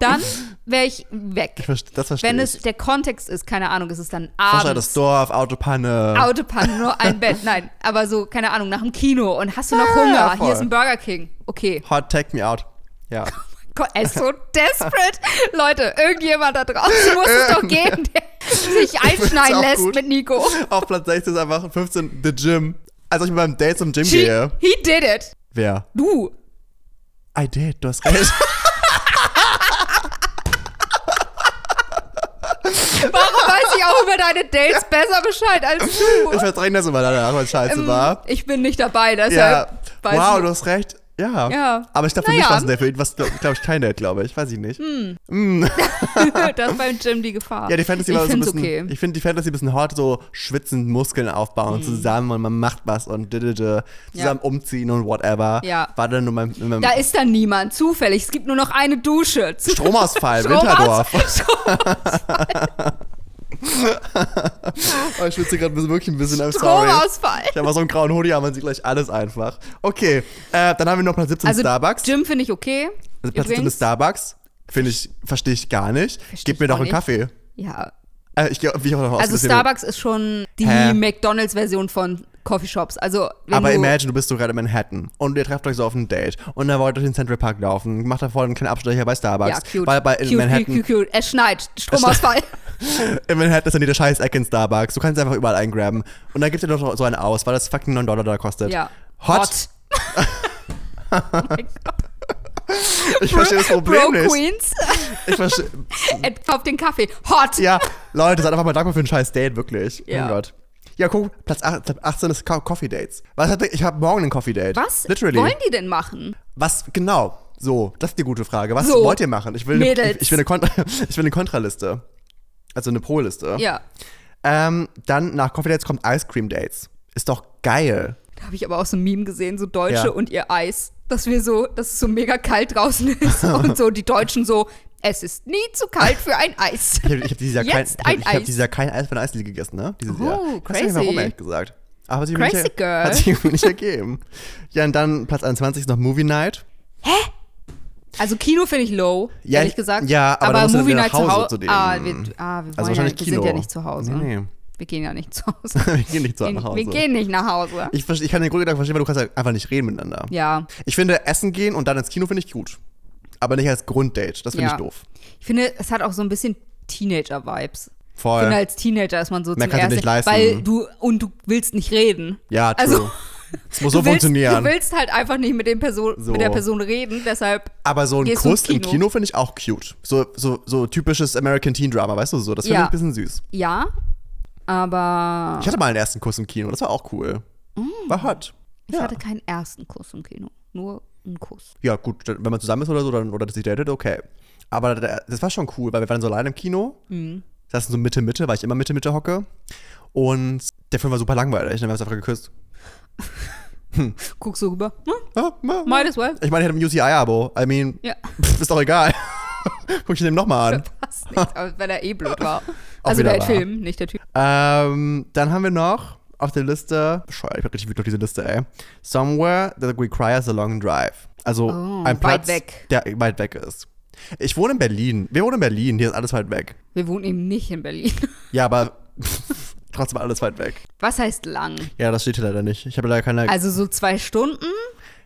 S2: Dann wäre ich
S1: ich
S2: weg.
S1: verste- das verstehe
S2: Wenn
S1: ich.
S2: es der Kontext ist, keine Ahnung, es ist dann
S1: Sascha,
S2: abends.
S1: das Dorf, Autopanne.
S2: Autopanne, nur ein Bett. Nein, aber so, keine Ahnung, nach dem Kino und hast du noch
S1: Ja,
S2: Hunger?
S1: voll.
S2: Hier ist ein Burger King. Okay.
S1: Hot take me out. Ja.
S2: Gott, Er ist so desperate. Leute, irgendjemand da draußen muss es doch geben, der sich einschneiden
S1: auch
S2: lässt
S1: gut.
S2: mit Nico.
S1: Auf Platz 16 ist einfach 15 The Gym. Also, Als ich mit meinem Date zum Gym
S2: She,
S1: gehe.
S2: he did it.
S1: Wer?
S2: Du.
S1: I did, du hast recht.
S2: Warum weiß ich auch über deine Dates besser Bescheid als
S1: ich
S2: du?
S1: verdränge das immer danach, weil scheiße
S2: Ähm,
S1: war.
S2: ich bin nicht dabei, deshalb
S1: Ja.
S2: weiß
S1: Wow,
S2: ich.
S1: du hast recht. Ja.
S2: Ja.
S1: Aber ich glaube, für mich
S2: Naja.
S1: war es ein Date. Für ihn war es, glaube glaub ich, kein Date, glaube ich. Weiß ich nicht.
S2: das ist beim Jim die Gefahr.
S1: Ja, die Fantasy
S2: ich
S1: war so ein
S2: find's
S1: bisschen.
S2: okay.
S1: Ich finde die Fantasy ein bisschen hart, so schwitzend Muskeln aufbauen zusammen und man macht was und didede, zusammen umziehen und whatever.
S2: Ja.
S1: War dann nur mein, mit meinem
S2: da ist dann niemand, zufällig. Es gibt nur noch eine Dusche. Zu
S1: Stromausfall,
S2: Strom
S1: Winterdorf.
S2: aus- Strom-
S1: Oh, ich schwitze gerade wirklich ein bisschen, I'm sorry.
S2: Stromausfall.
S1: Ich habe mal so einen grauen Hoodie, aber man sieht gleich alles einfach. Okay, äh, dann haben wir noch Platz 17
S2: Also
S1: Starbucks.
S2: Jim finde ich okay.
S1: Also Platz 17
S2: Übrigens-
S1: Starbucks. Finde ich, verstehe ich gar nicht. Gib
S2: ich
S1: mir doch
S2: auch
S1: einen
S2: nicht.
S1: Kaffee.
S2: Ja,
S1: Äh, ich gehe wie ich auch noch
S2: also
S1: aus-
S2: Starbucks ist schon die
S1: Hä?
S2: McDonalds-Version von Coffeeshops. Also wenn
S1: Aber
S2: du,
S1: imagine, du bist so gerade in Manhattan und ihr trefft euch so auf ein Date und dann wollt ihr durch den Central Park laufen, macht da vorne einen kleinen Abstecher bei Starbucks.
S2: ja, cute.
S1: Weil bei in
S2: cute,
S1: Manhattan,
S2: cute, cute, cute. Es schneit, Stromausfall.
S1: in Manhattan ist dann jede scheiß Ecke in Starbucks. Du kannst einfach überall eingraben. Und dann gibt ihr doch so einen aus, weil das fucking 9 Dollar da kostet.
S2: ja.
S1: Hot.
S2: oh mein Gott.
S1: Ich verstehe das Problem
S2: Bro
S1: nicht.
S2: Queens,
S1: Ich verstehe.
S2: er kauft den Kaffee. Hot.
S1: Ja, Leute, seid einfach mal dankbar für ein scheiß Date, wirklich.
S2: Ja.
S1: Oh Gott. Ja, guck, Platz ach- Platz 18 ist Co- Coffee Dates. Was hatte, ich habe morgen ein Coffee Date.
S2: Was
S1: Literally.
S2: wollen die denn machen?
S1: Was genau? So, das ist die gute Frage. Was
S2: So.
S1: wollt ihr machen? Ich will, eine-
S2: Mädels.
S1: ich, ich will eine Kont ich will eine Kontraliste. Also eine Pro-Liste.
S2: Ja,
S1: Ähm, dann nach Coffee Dates kommt Ice Cream Dates. Ist doch geil.
S2: da habe ich aber auch so ein Meme gesehen, so Deutsche
S1: Ja.
S2: und ihr Eis. Dass wir so, dass es so mega kalt draußen ist und so die Deutschen so, es ist nie zu kalt für ein Eis.
S1: Ich habe hab dieses Jahr kein, ich
S2: Jetzt
S1: hab,
S2: ein
S1: ich hab
S2: Eis.
S1: dieses Jahr kein Eis von der Eisdiele gegessen, ne? Dieses
S2: Oh,
S1: Jahr. Ich weiß nicht
S2: crazy.
S1: warum, ehrlich gesagt. Aber hat sich
S2: Crazy
S1: irgendwie nicht,
S2: girl.
S1: Hat sich irgendwie nicht ergeben. Ja, und dann Platz 21 ist noch Movie Night.
S2: Also Kino finde ich low,
S1: Ja,
S2: ehrlich gesagt.
S1: ja, aber da musst du dann wieder nach Hause
S2: Hau-
S1: zu denen.
S2: Ah, wir, ah, wir,
S1: Also
S2: wollen ja,
S1: wahrscheinlich
S2: nicht- wir
S1: Kino.
S2: sind ja nicht zu Hause.
S1: Nee, nee.
S2: Wir gehen ja nicht zu Hause.
S1: Wir gehen nicht zu nach Hause.
S2: Wir gehen nicht nach Hause.
S1: Ich, verste- ich kann den Grundgedanken verstehen, weil du kannst halt einfach nicht reden miteinander.
S2: ja.
S1: Ich finde, essen gehen und dann ins Kino finde ich gut. Aber nicht als Grunddate. Das finde
S2: ja.
S1: ich doof.
S2: Ich finde, es hat auch so ein bisschen Teenager-Vibes. Ich
S1: Voll.
S2: finde, halt- als Teenager ist man so
S1: Mehr kannst
S2: zum
S1: du
S2: ersten,
S1: nicht leisten.
S2: weil du und du willst nicht reden.
S1: ja, true.
S2: also-
S1: es muss so
S2: du willst,
S1: funktionieren.
S2: Du willst halt einfach nicht mit, dem Person,
S1: So.
S2: mit der Person reden, deshalb
S1: Aber so ein
S2: Gehst du
S1: Kuss
S2: ins
S1: im
S2: Kino?
S1: Kino finde ich auch cute. So, so, so typisches American Teen Drama, weißt du so? Das finde
S2: Ja. Ah.
S1: ich ein bisschen süß.
S2: ja. Aber
S1: Ich hatte mal einen ersten Kuss im Kino, das war auch cool. War hot.
S2: Mm. ich
S1: Ja.
S2: hatte keinen ersten Kuss im Kino. Nur einen Kuss.
S1: ja, gut, dann- wenn man zusammen ist oder so, dann, oder sich datet, okay. Aber da- das war schon cool, weil wir waren so allein im Kino.
S2: Mhm.
S1: Das ist so Mitte, Mitte, weil ich immer Mitte, Mitte hocke. Und der Film war super langweilig, dann haben wir uns einfach geküsst.
S2: Guckst du rüber? Hm?
S1: Ah, ah, ah.
S2: Might as well.
S1: Ich meine, ich hatte ein UCI-Abo. I mean,
S2: Ja.
S1: pff, ist doch egal. Guck ich den nochmal an.
S2: Passt nicht, aber weil er eh blöd war. Also
S1: wieder
S2: der
S1: wahr.
S2: Film, nicht der Typ.
S1: Ähm, dann haben wir noch auf der Liste, bescheuert, ich bin richtig wütend auf diese Liste, ey. Somewhere that requires a long drive. Also
S2: Oh,
S1: ein
S2: weit
S1: Platz,
S2: weg.
S1: der weit weg ist. Ich wohne in Berlin. Wir wohnen in Berlin, hier ist alles weit weg.
S2: Wir wohnen eben nicht in Berlin.
S1: Ja, aber trotzdem alles weit weg.
S2: Was heißt lang?
S1: Ja, das steht hier leider nicht. Ich habe leider keine.
S2: Also so zwei Stunden,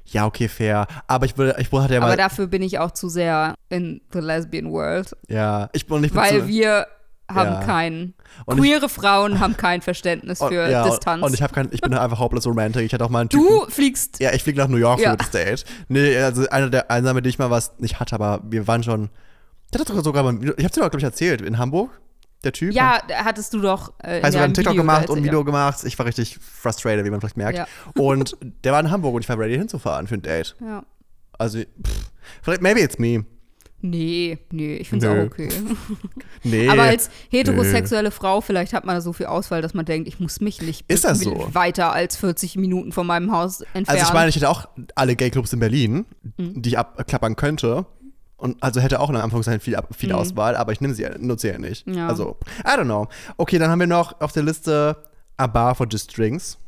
S1: ja, okay, fair. Aber ich würde, ich hatte ja
S2: aber
S1: mal.
S2: dafür bin ich auch zu sehr in the lesbian world,
S1: ja, ich bin nicht
S2: weil wir haben
S1: Ja.
S2: keinen.
S1: Und ich-
S2: Queere Frauen haben kein Verständnis
S1: und,
S2: für
S1: ja,
S2: Distanz.
S1: Und ich habe kein, ich bin einfach hopeless romantic. Ich hatte auch mal einen Typen.
S2: du fliegst.
S1: Ja, ich fliege nach New York
S2: Ja.
S1: für das Date. Nee, also einer der Einsame, die ich mal was nicht hatte, aber wir waren schon. Der hat sogar mal, ich hab's dir doch, glaube ich, erzählt, in Hamburg, der Typ.
S2: Ja, da hattest du doch. Äh,
S1: Also wir
S2: ja,
S1: haben TikTok
S2: Video
S1: gemacht und ein
S2: erzählt,
S1: Video gemacht. Ich war richtig frustrated, wie man vielleicht merkt.
S2: Ja.
S1: Und der war in Hamburg und ich war ready hinzufahren für ein Date.
S2: Ja. ja.
S1: Also, pff, vielleicht, maybe it's me.
S2: Nee, nee, ich finde es
S1: Nö.
S2: auch okay.
S1: Nee.
S2: Aber als heterosexuelle Frau, vielleicht hat man da so viel Auswahl, dass man denkt, ich muss mich nicht
S1: Ist das so?
S2: weiter als 40 Minuten von meinem Haus entfernen.
S1: also ich meine, ich hätte auch alle Gay-Clubs in Berlin,
S2: Mhm.
S1: die ich abklappern könnte. Und also hätte auch in Anführungszeichen viel, Ab- viel Auswahl, aber ich nehme sie ja, nutze sie ja nicht.
S2: Mhm. Ja.
S1: Also, I don't know. Okay, dann haben wir noch auf der Liste A Bar for Just Drinks.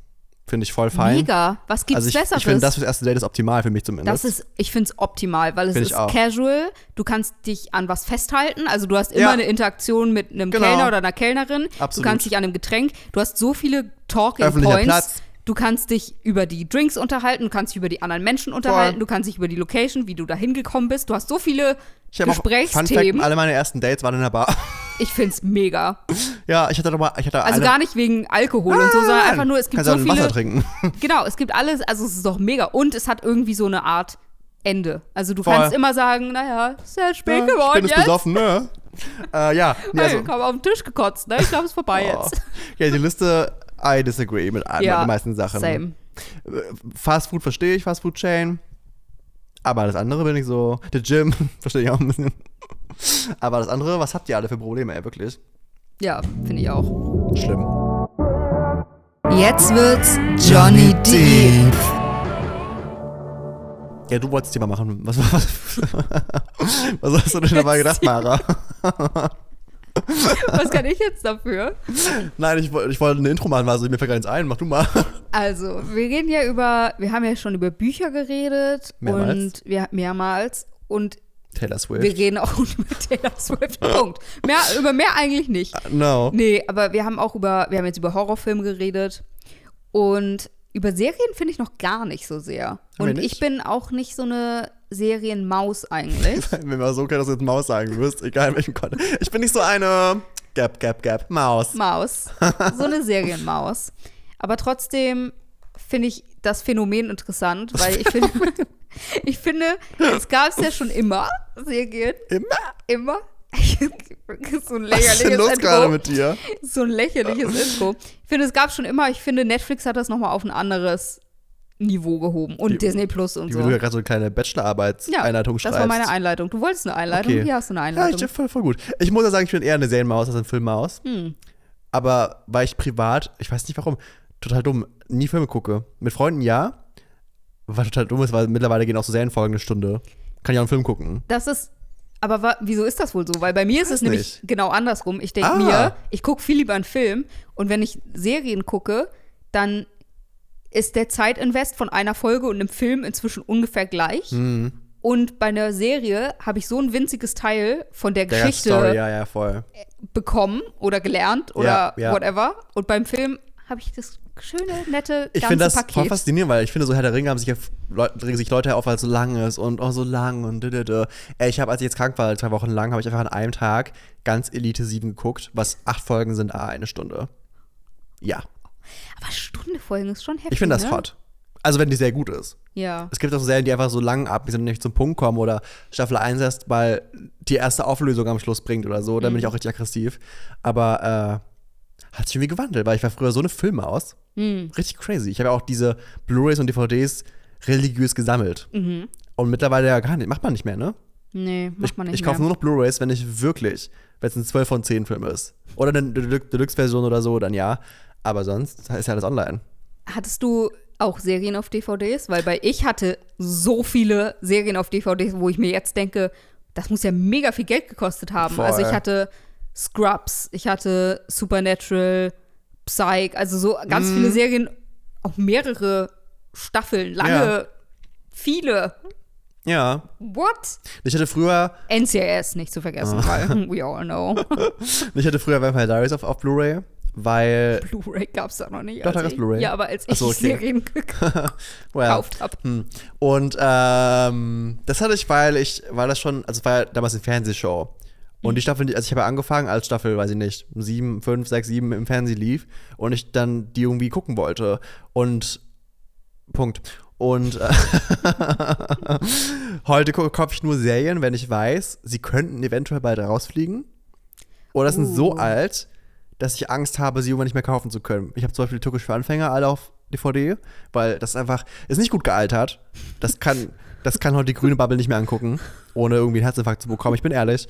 S1: Finde ich voll fein.
S2: Mega, was gibt's
S1: also ich,
S2: Besseres?
S1: ich finde, das fürs erste Date ist optimal für mich
S2: Das
S1: zumindest.
S2: ist, ich finde es optimal, weil es
S1: Find ich
S2: ist
S1: auch.
S2: casual. Du kannst dich an was festhalten. Also du hast immer
S1: Ja.
S2: eine Interaktion mit einem
S1: Genau.
S2: Kellner oder einer Kellnerin.
S1: Absolut.
S2: Du kannst dich an einem Getränk. Du hast so viele Talking
S1: Öffentlicher
S2: Points.
S1: Platz.
S2: Du kannst dich über die Drinks unterhalten, du kannst dich über die anderen Menschen unterhalten, du kannst dich über die Location, wie du da hingekommen bist. Du hast so viele
S1: ich habe auch Fun Fact,
S2: Gesprächsthemen.
S1: alle meine ersten Dates waren in der Bar.
S2: ich finde es mega.
S1: ja, ich hatte doch mal, ich hatte
S2: Also
S1: eine,
S2: gar nicht wegen Alkohol und so, sondern
S1: Nein,
S2: einfach nur, es gibt
S1: kannst ja
S2: so
S1: auch ein
S2: viele.
S1: Wasser trinken.
S2: Genau, es gibt alles, also es ist doch mega. Und es hat irgendwie so eine Art Ende. Also du
S1: Voll.
S2: kannst immer sagen, naja, ist ja spät
S1: ich bin
S2: geworden
S1: jetzt
S2: jetzt.
S1: besoffen, ne? äh, ja, nee,
S2: Hey,
S1: also,
S2: komm auf den Tisch gekotzt, ne? Ich glaube, es ist vorbei
S1: Oh.
S2: jetzt.
S1: Ja, die Liste, I disagree mit allen mit den meisten Sachen.
S2: Same.
S1: Fast Food verstehe ich, Fast Food Chain. Aber das andere bin ich so. The Gym verstehe ich auch ein bisschen. Aber das andere, was habt ihr alle für Probleme, ey, wirklich?
S2: Ja, finde ich auch.
S1: Schlimm.
S3: Jetzt wird's Johnny Deep.
S1: Ja, du wolltest Thema machen. Was, was, was hast du denn dabei gedacht, Mara?
S2: Was kann ich jetzt dafür?
S1: Nein, ich, woll- ich wollte ein Intro machen, also mir fällt gar nichts ein. Mach du mal.
S2: Also, wir gehen ja über, wir haben ja schon über Bücher geredet
S1: Mehrmals.
S2: und wir, mehrmals und
S1: Taylor
S2: wir
S1: Swift.
S2: reden auch über Taylor Swift. Punkt. Mehr, über mehr eigentlich nicht.
S1: No.
S2: Nee, aber wir haben auch über, wir haben jetzt über Horrorfilme geredet und über Serien finde ich noch gar nicht so sehr.
S1: wir
S2: Und
S1: nicht?
S2: ich bin auch nicht so eine Serienmaus eigentlich.
S1: Wenn man so kennt, dass du jetzt Maus sagen wirst, egal in welchem Kontext. Ich bin nicht so eine. Gap, gap, gap. Maus.
S2: Maus. So eine Serienmaus. Aber trotzdem finde ich das Phänomen interessant, weil ich finde, ich finde, es gab es ja schon immer Serien,
S1: Immer.
S2: immer. so ein
S1: Was ist denn
S2: lächerliches
S1: los gerade
S2: Intro.
S1: mit dir?
S2: So ein lächerliches Intro. Ich finde, es gab schon immer, ich finde, Netflix hat das nochmal auf ein anderes Niveau gehoben. Und
S1: Die-
S2: Disney Plus und
S1: Wie
S2: so.
S1: du ja gerade so eine kleine Bachelorarbeitseinleitung
S2: das
S1: schreibst.
S2: war meine Einleitung. Du wolltest eine Einleitung,
S1: Okay.
S2: hier hast du eine
S1: Ja, ich,
S2: Einleitung.
S1: voll, voll gut. Ich muss ja sagen, ich bin eher eine Serienmaus als eine Filmmaus.
S2: Hm.
S1: Aber weil ich privat, ich weiß nicht warum, total dumm, nie Filme gucke. Mit Freunden ja, was total dumm ist, weil mittlerweile gehen auch so Serienfolgen eine Stunde. Kann ich auch einen Film gucken.
S2: Das ist. Aber wa- wieso ist das wohl so? Weil bei mir ist es
S1: Weiß
S2: nämlich genau andersrum. Ich denke
S1: Ah.
S2: mir, ich gucke viel lieber einen Film und wenn ich Serien gucke, dann
S1: Hm.
S2: ist der Zeitinvest von einer Folge und einem Film inzwischen ungefähr gleich. Und bei einer Serie habe ich so ein winziges Teil von der,
S1: Der ganze
S2: Geschichte
S1: Story, ja, ja, voll.
S2: bekommen oder gelernt oder
S1: Ja, ja.
S2: whatever. Und beim Film habe ich das schöne, nette,
S1: Ich
S2: ganze
S1: finde das voll
S2: Paket.
S1: faszinierend, weil ich finde, so Herr der Ringe haben sich ja Leu- regen sich Leute auf, weil es so lang ist und oh, so lang und dö, dö, dö. Ey, ich habe, als ich jetzt krank war, zwei Wochen lang, habe ich einfach an einem Tag ganz Elite 7 geguckt, was acht Folgen sind, ah, eine Stunde. Ja,
S2: Aber Stunde Folgen ist schon heftig.
S1: ich finde das
S2: ne?
S1: hot. Also, wenn die sehr gut ist.
S2: Ja.
S1: Es gibt auch so Serien, die einfach so lang ab, die sind nicht zum Punkt kommen oder Staffel 1 erst mal die erste Auflösung am Schluss bringt oder so, dann
S2: Mhm.
S1: bin ich auch richtig aggressiv. Aber äh, hat sich irgendwie gewandelt, weil ich war früher so eine Filme aus.
S2: Mhm.
S1: Richtig crazy. Ich habe ja auch diese Blu-Rays und DVDs religiös gesammelt. Und mittlerweile ja gar nicht, macht man nicht mehr, ne?
S2: Nee, Mhm. macht man nicht
S1: ich
S2: mehr.
S1: kaufe nur noch Blu-Rays, wenn ich wirklich, wenn es ein 12 von 10 Film ist. Oder eine Delu- Deluxe-Version oder so, dann ja. Aber sonst ist ja alles online.
S2: Hattest du auch Serien auf DVDs? Weil bei ich hatte so viele Serien auf DVDs, wo ich mir jetzt denke, das muss ja mega viel Geld gekostet haben.
S1: Voll.
S2: Also ich hatte Scrubs, ich hatte Supernatural, Psych, also so ganz
S1: Mhm.
S2: viele Serien, auch mehrere Staffeln, lange, viele.
S1: Ja.
S2: What?
S1: Ich hatte früher
S2: NCIS nicht zu vergessen,
S1: Ah.
S2: weil we all know.
S1: Ich hatte früher Vampire Diaries auf, auf Blu-ray, weil.
S2: Blu-ray gab's da noch nicht.
S1: Doch, da
S2: als
S1: gab's
S2: ich-
S1: Blu-ray.
S2: Ja, aber als
S1: Ach
S2: ich
S1: so, okay.
S2: Serien gekauft
S1: well.
S2: habe.
S1: Hm. Und ähm, das hatte ich, weil ich, weil das schon, also es war ja damals eine Fernsehshow. Und die Staffel, die- also ich habe ja angefangen als Staffel, weiß ich nicht, sieben, fünf, sechs, sieben im Fernsehen lief und ich dann die irgendwie gucken wollte. Und Punkt. Und äh, heute gu- kaufe ich nur Serien, wenn ich weiß, sie könnten eventuell bald rausfliegen. Oder sind so alt, dass ich Angst habe, sie irgendwann nicht mehr kaufen zu können. Ich habe zum Beispiel Türkisch für Anfänger alle auf DVD, weil das einfach ist nicht gut gealtert. Das kann, das kann heute die grüne Bubble nicht mehr angucken, ohne irgendwie einen Herzinfarkt zu bekommen. Ich bin ehrlich.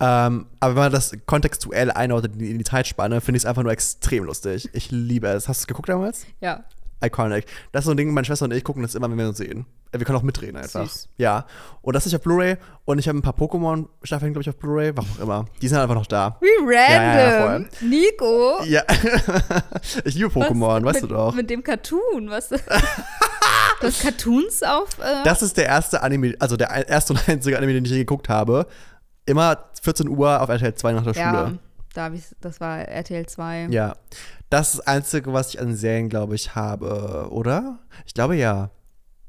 S1: Ähm, aber wenn man das kontextuell einordnet in die, in die Zeitspanne, finde ich es einfach nur extrem lustig. Ich liebe es. Hast du es geguckt damals?
S2: Ja.
S1: Iconic. Das ist so ein Ding, meine Schwester und ich gucken das immer, wenn wir uns sehen. Äh, Wir können auch mitreden einfach.
S2: Süß.
S1: Ja. Und das ist auf Blu-ray und ich habe ein paar Pokémon-Staffeln, glaube ich, auf Blu-ray, warum auch immer. Die sind halt einfach noch da.
S2: Wie
S1: ja,
S2: random. Nico.
S1: Ja. ich liebe Pokémon,
S2: Was-
S1: weißt
S2: mit,
S1: du doch.
S2: Mit dem Cartoon, was? das Cartoons auf. Äh,
S1: Das ist der erste Anime, also der ein- erste und einzige Anime, den ich je geguckt habe. Immer 14 Uhr auf RTL 2 nach der
S2: ja,
S1: Schule.
S2: da hab ich's, das war RTL 2.
S1: Ja. Das ist das Einzige, was ich an Serien, glaube ich, habe, oder? Ich glaube ja.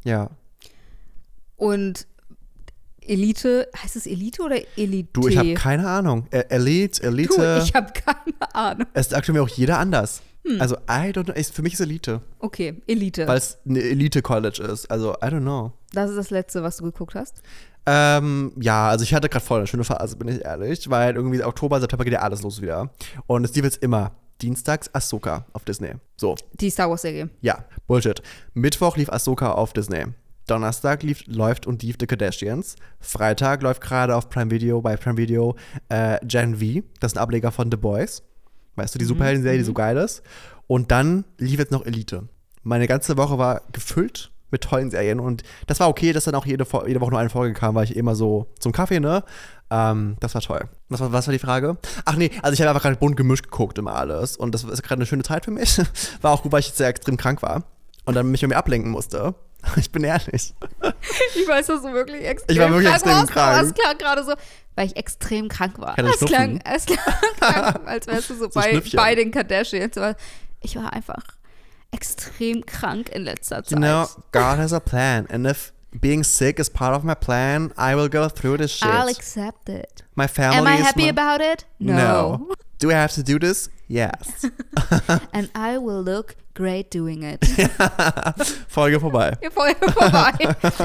S1: Ja.
S2: Und Elite, heißt es Elite oder Elite?
S1: Du, ich habe keine Ahnung. Ä- Elite, Elite.
S2: Du, ich Hm. hab keine Ahnung.
S1: Es sagt mir auch jeder anders. Also, I don't know. Ist- Für mich ist Elite,
S2: Okay, Elite.
S1: weil es eine Elite-College ist. Also, I don't know.
S2: das ist das letzte, was du geguckt hast.
S1: Ähm, ja, also ich hatte gerade voll eine schöne Phase, bin ich ehrlich, weil irgendwie Oktober, September geht ja alles los wieder. Und es lief jetzt immer dienstags Ahsoka auf Disney. So,
S2: Die Star Wars-Serie.
S1: ja, Bullshit. Mittwoch lief Ahsoka auf Disney. Donnerstag lief, läuft und lief The Kardashians. Freitag läuft gerade auf Prime Video, bei Prime Video äh, Gen V. Das ist ein Ableger von The Boys. Weißt du, die Superhelden-Serie, die so geil ist. Und dann lief jetzt noch Elite. Meine ganze Woche war gefüllt mit tollen Serien. Und das war okay, dass dann auch jede, Fo- jede Woche nur eine Folge kam, weil ich immer so zum Kaffee, ne? Ähm, das war toll. Was war, was war die Frage? Ach nee, also ich habe einfach gerade bunt gemischt geguckt immer alles. Und das ist gerade eine schöne Zeit für mich. War auch gut, weil ich jetzt sehr extrem krank war. Und dann mich irgendwie ablenken musste. Ich bin ehrlich.
S2: Ich weiß, dass du wirklich extrem
S1: Ich war wirklich
S2: krank
S1: extrem
S2: warst,
S1: krank.
S2: Aber es klang gerade so, weil ich extrem krank war.
S1: Hatte
S2: es,
S1: Schnupfen.
S2: klang, es klang krank, als wärst du so, bei,
S1: Schnüffchen.
S2: bei den Kardashians. Aber ich war einfach extrem krank in letzter Zeit.
S1: You know, God has a plan. And if being sick is part of my plan, I will go through this shit.
S2: I'll accept it.
S1: my family
S2: Am I
S1: is
S2: happy
S1: my-
S2: about it? No.
S1: No. Do I have to do this? Yes.
S2: And I will look great doing it.
S1: Folge vorbei.
S2: Wir folgen vorbei.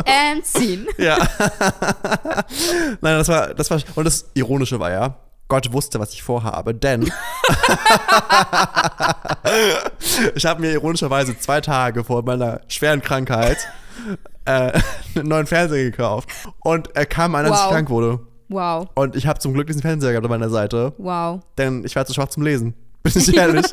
S2: And scene.
S1: Ja. Nein, das war, das war, und das Ironische war ja, Gott wusste, was ich vorhabe, denn ich habe mir ironischerweise zwei Tage vor meiner schweren Krankheit äh, einen neuen Fernseher gekauft und er kam an, als ich
S2: Wow.
S1: krank wurde.
S2: Wow.
S1: Und ich habe zum Glück diesen Fernseher gehabt an meiner Seite,
S2: Wow.
S1: denn ich war zu schwach zum Lesen. Bin ich ehrlich.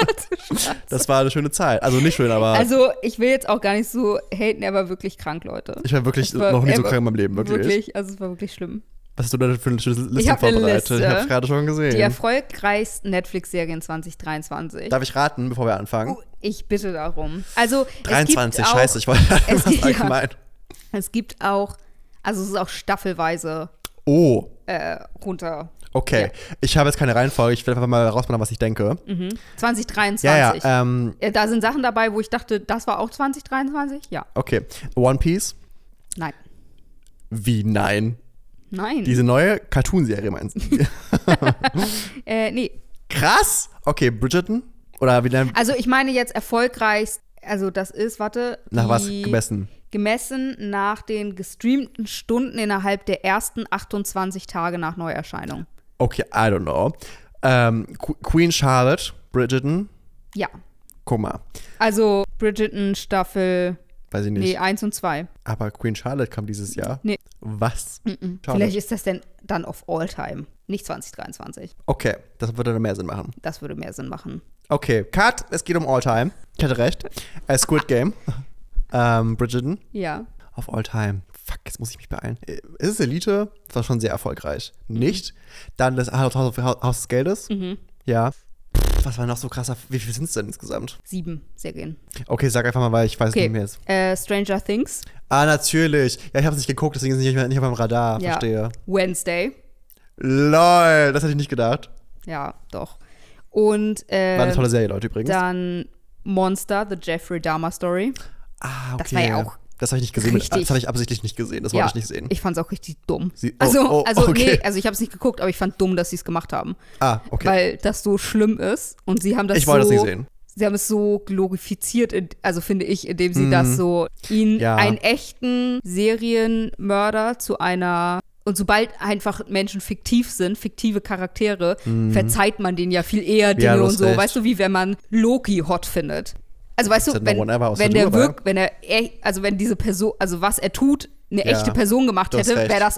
S1: das war eine schöne Zeit. Also nicht schön, aber
S2: Also, ich will jetzt auch gar nicht so haten, er war wirklich krank, Leute.
S1: ich war wirklich
S2: Es war-
S1: noch nie so
S2: er-
S1: krank in meinem Leben, wirklich.
S2: Wirklich, also es war wirklich schlimm.
S1: Was hast du da für eine schöne Liste
S2: hab eine
S1: vorbereitet? Ich
S2: Liste.
S1: habe gerade schon gesehen.
S2: Die erfolgreichsten Netflix-Serien 2023.
S1: Darf ich raten, bevor wir anfangen?
S2: Uh, ich bitte darum. Also,
S1: 23,
S2: es gibt auch,
S1: scheiße, ich wollte was
S2: es gibt-
S1: allgemein.
S2: Es gibt auch Also es ist auch staffelweise
S1: Oh,
S2: äh, runter.
S1: okay. Ich habe jetzt keine Reihenfolge. Ich will einfach mal rausmachen, was ich denke.
S2: Mhm. 2023.
S1: Ja, ja. Ähm,
S2: Ja, da sind Sachen dabei, wo ich dachte, das war auch 2023? Ja.
S1: okay. One Piece?
S2: Nein.
S1: Wie nein?
S2: Nein.
S1: Diese neue Cartoon-Serie meinst du?
S2: äh, nee.
S1: Krass! Okay, Bridgerton? Oder wie nennen
S2: Also ich meine jetzt erfolgreichst, also das ist, warte.
S1: Nach was
S2: die-
S1: gemessen?
S2: Gemessen nach den gestreamten Stunden innerhalb der ersten 28 Tage nach Neuerscheinung.
S1: Okay, I don't know. Ähm, Qu- Queen Charlotte, Bridgerton.
S2: Ja.
S1: Guck mal.
S2: Also Bridgerton Staffel,
S1: Weiß ich nicht.
S2: nee, 1 und 2.
S1: Aber Queen Charlotte kam dieses Jahr.
S2: Nee.
S1: Was? Schade.
S2: Vielleicht ist das denn dann auf All-Time, nicht 2023.
S1: Okay, das würde dann mehr Sinn machen.
S2: Das würde mehr Sinn machen.
S1: Okay, Cut, es geht um Alltime. Ich hatte recht. Äh, Squid Game. ähm, Bridgerton.
S2: Ja.
S1: Auf Alltime. Fuck, jetzt muss ich mich beeilen. Äh, Ist es Elite? Das war schon sehr erfolgreich.
S2: Mhm.
S1: Nicht. Dann das Haus, Haus, Haus des Geldes. Ja. Pff, Was war noch so krasser? Wie viel sind es denn insgesamt?
S2: Sieben Serien.
S1: Okay, sag einfach mal, weil ich weiß es
S2: Okay.
S1: nicht mehr jetzt.
S2: Äh, Stranger Things.
S1: Ah, natürlich. Ja, ich habe es nicht geguckt, deswegen ist es nicht, mehr- nicht auf meinem Radar.
S2: Ja.
S1: Verstehe.
S2: Wednesday.
S1: Lol, das hätte ich nicht gedacht.
S2: Ja, doch. Und
S1: War eine
S2: äh,
S1: tolle Serie, Leute, übrigens.
S2: dann Monster, The Jeffrey Dahmer Story.
S1: ah, okay.
S2: das war ja auch
S1: Das habe ich nicht gesehen.
S2: richtig.
S1: Das habe ich absichtlich nicht gesehen. Das
S2: ja,
S1: wollte ich nicht sehen.
S2: Ich fand's auch richtig dumm.
S1: Sie- oh,
S2: also,
S1: oh,
S2: also
S1: okay.
S2: nee, also ich habe es nicht geguckt, aber ich fand dumm, dass sie es gemacht haben,
S1: ah, okay.
S2: weil das so schlimm ist und sie haben das
S1: ich wollte
S2: so
S1: das nicht sehen.
S2: sie haben es so glorifiziert, in- also finde ich, indem sie das so ihn
S1: Mhm. Ja.
S2: einen echten Serienmörder zu einer und sobald einfach Menschen fiktiv sind, fiktive Charaktere, verzeiht man denen ja viel eher Dinge
S1: Mhm. Ja, du
S2: und
S1: hast
S2: so,
S1: recht.
S2: weißt du, wie wenn man Loki hot findet. Also weißt du,
S1: Said no
S2: wenn,
S1: one ever, außer
S2: wenn
S1: du,
S2: der
S1: aber
S2: wirkt, wenn er echt, also wenn diese Person, also was er tut, eine
S1: Ja,
S2: echte Person gemacht
S1: du hast
S2: hätte,
S1: recht.
S2: wäre das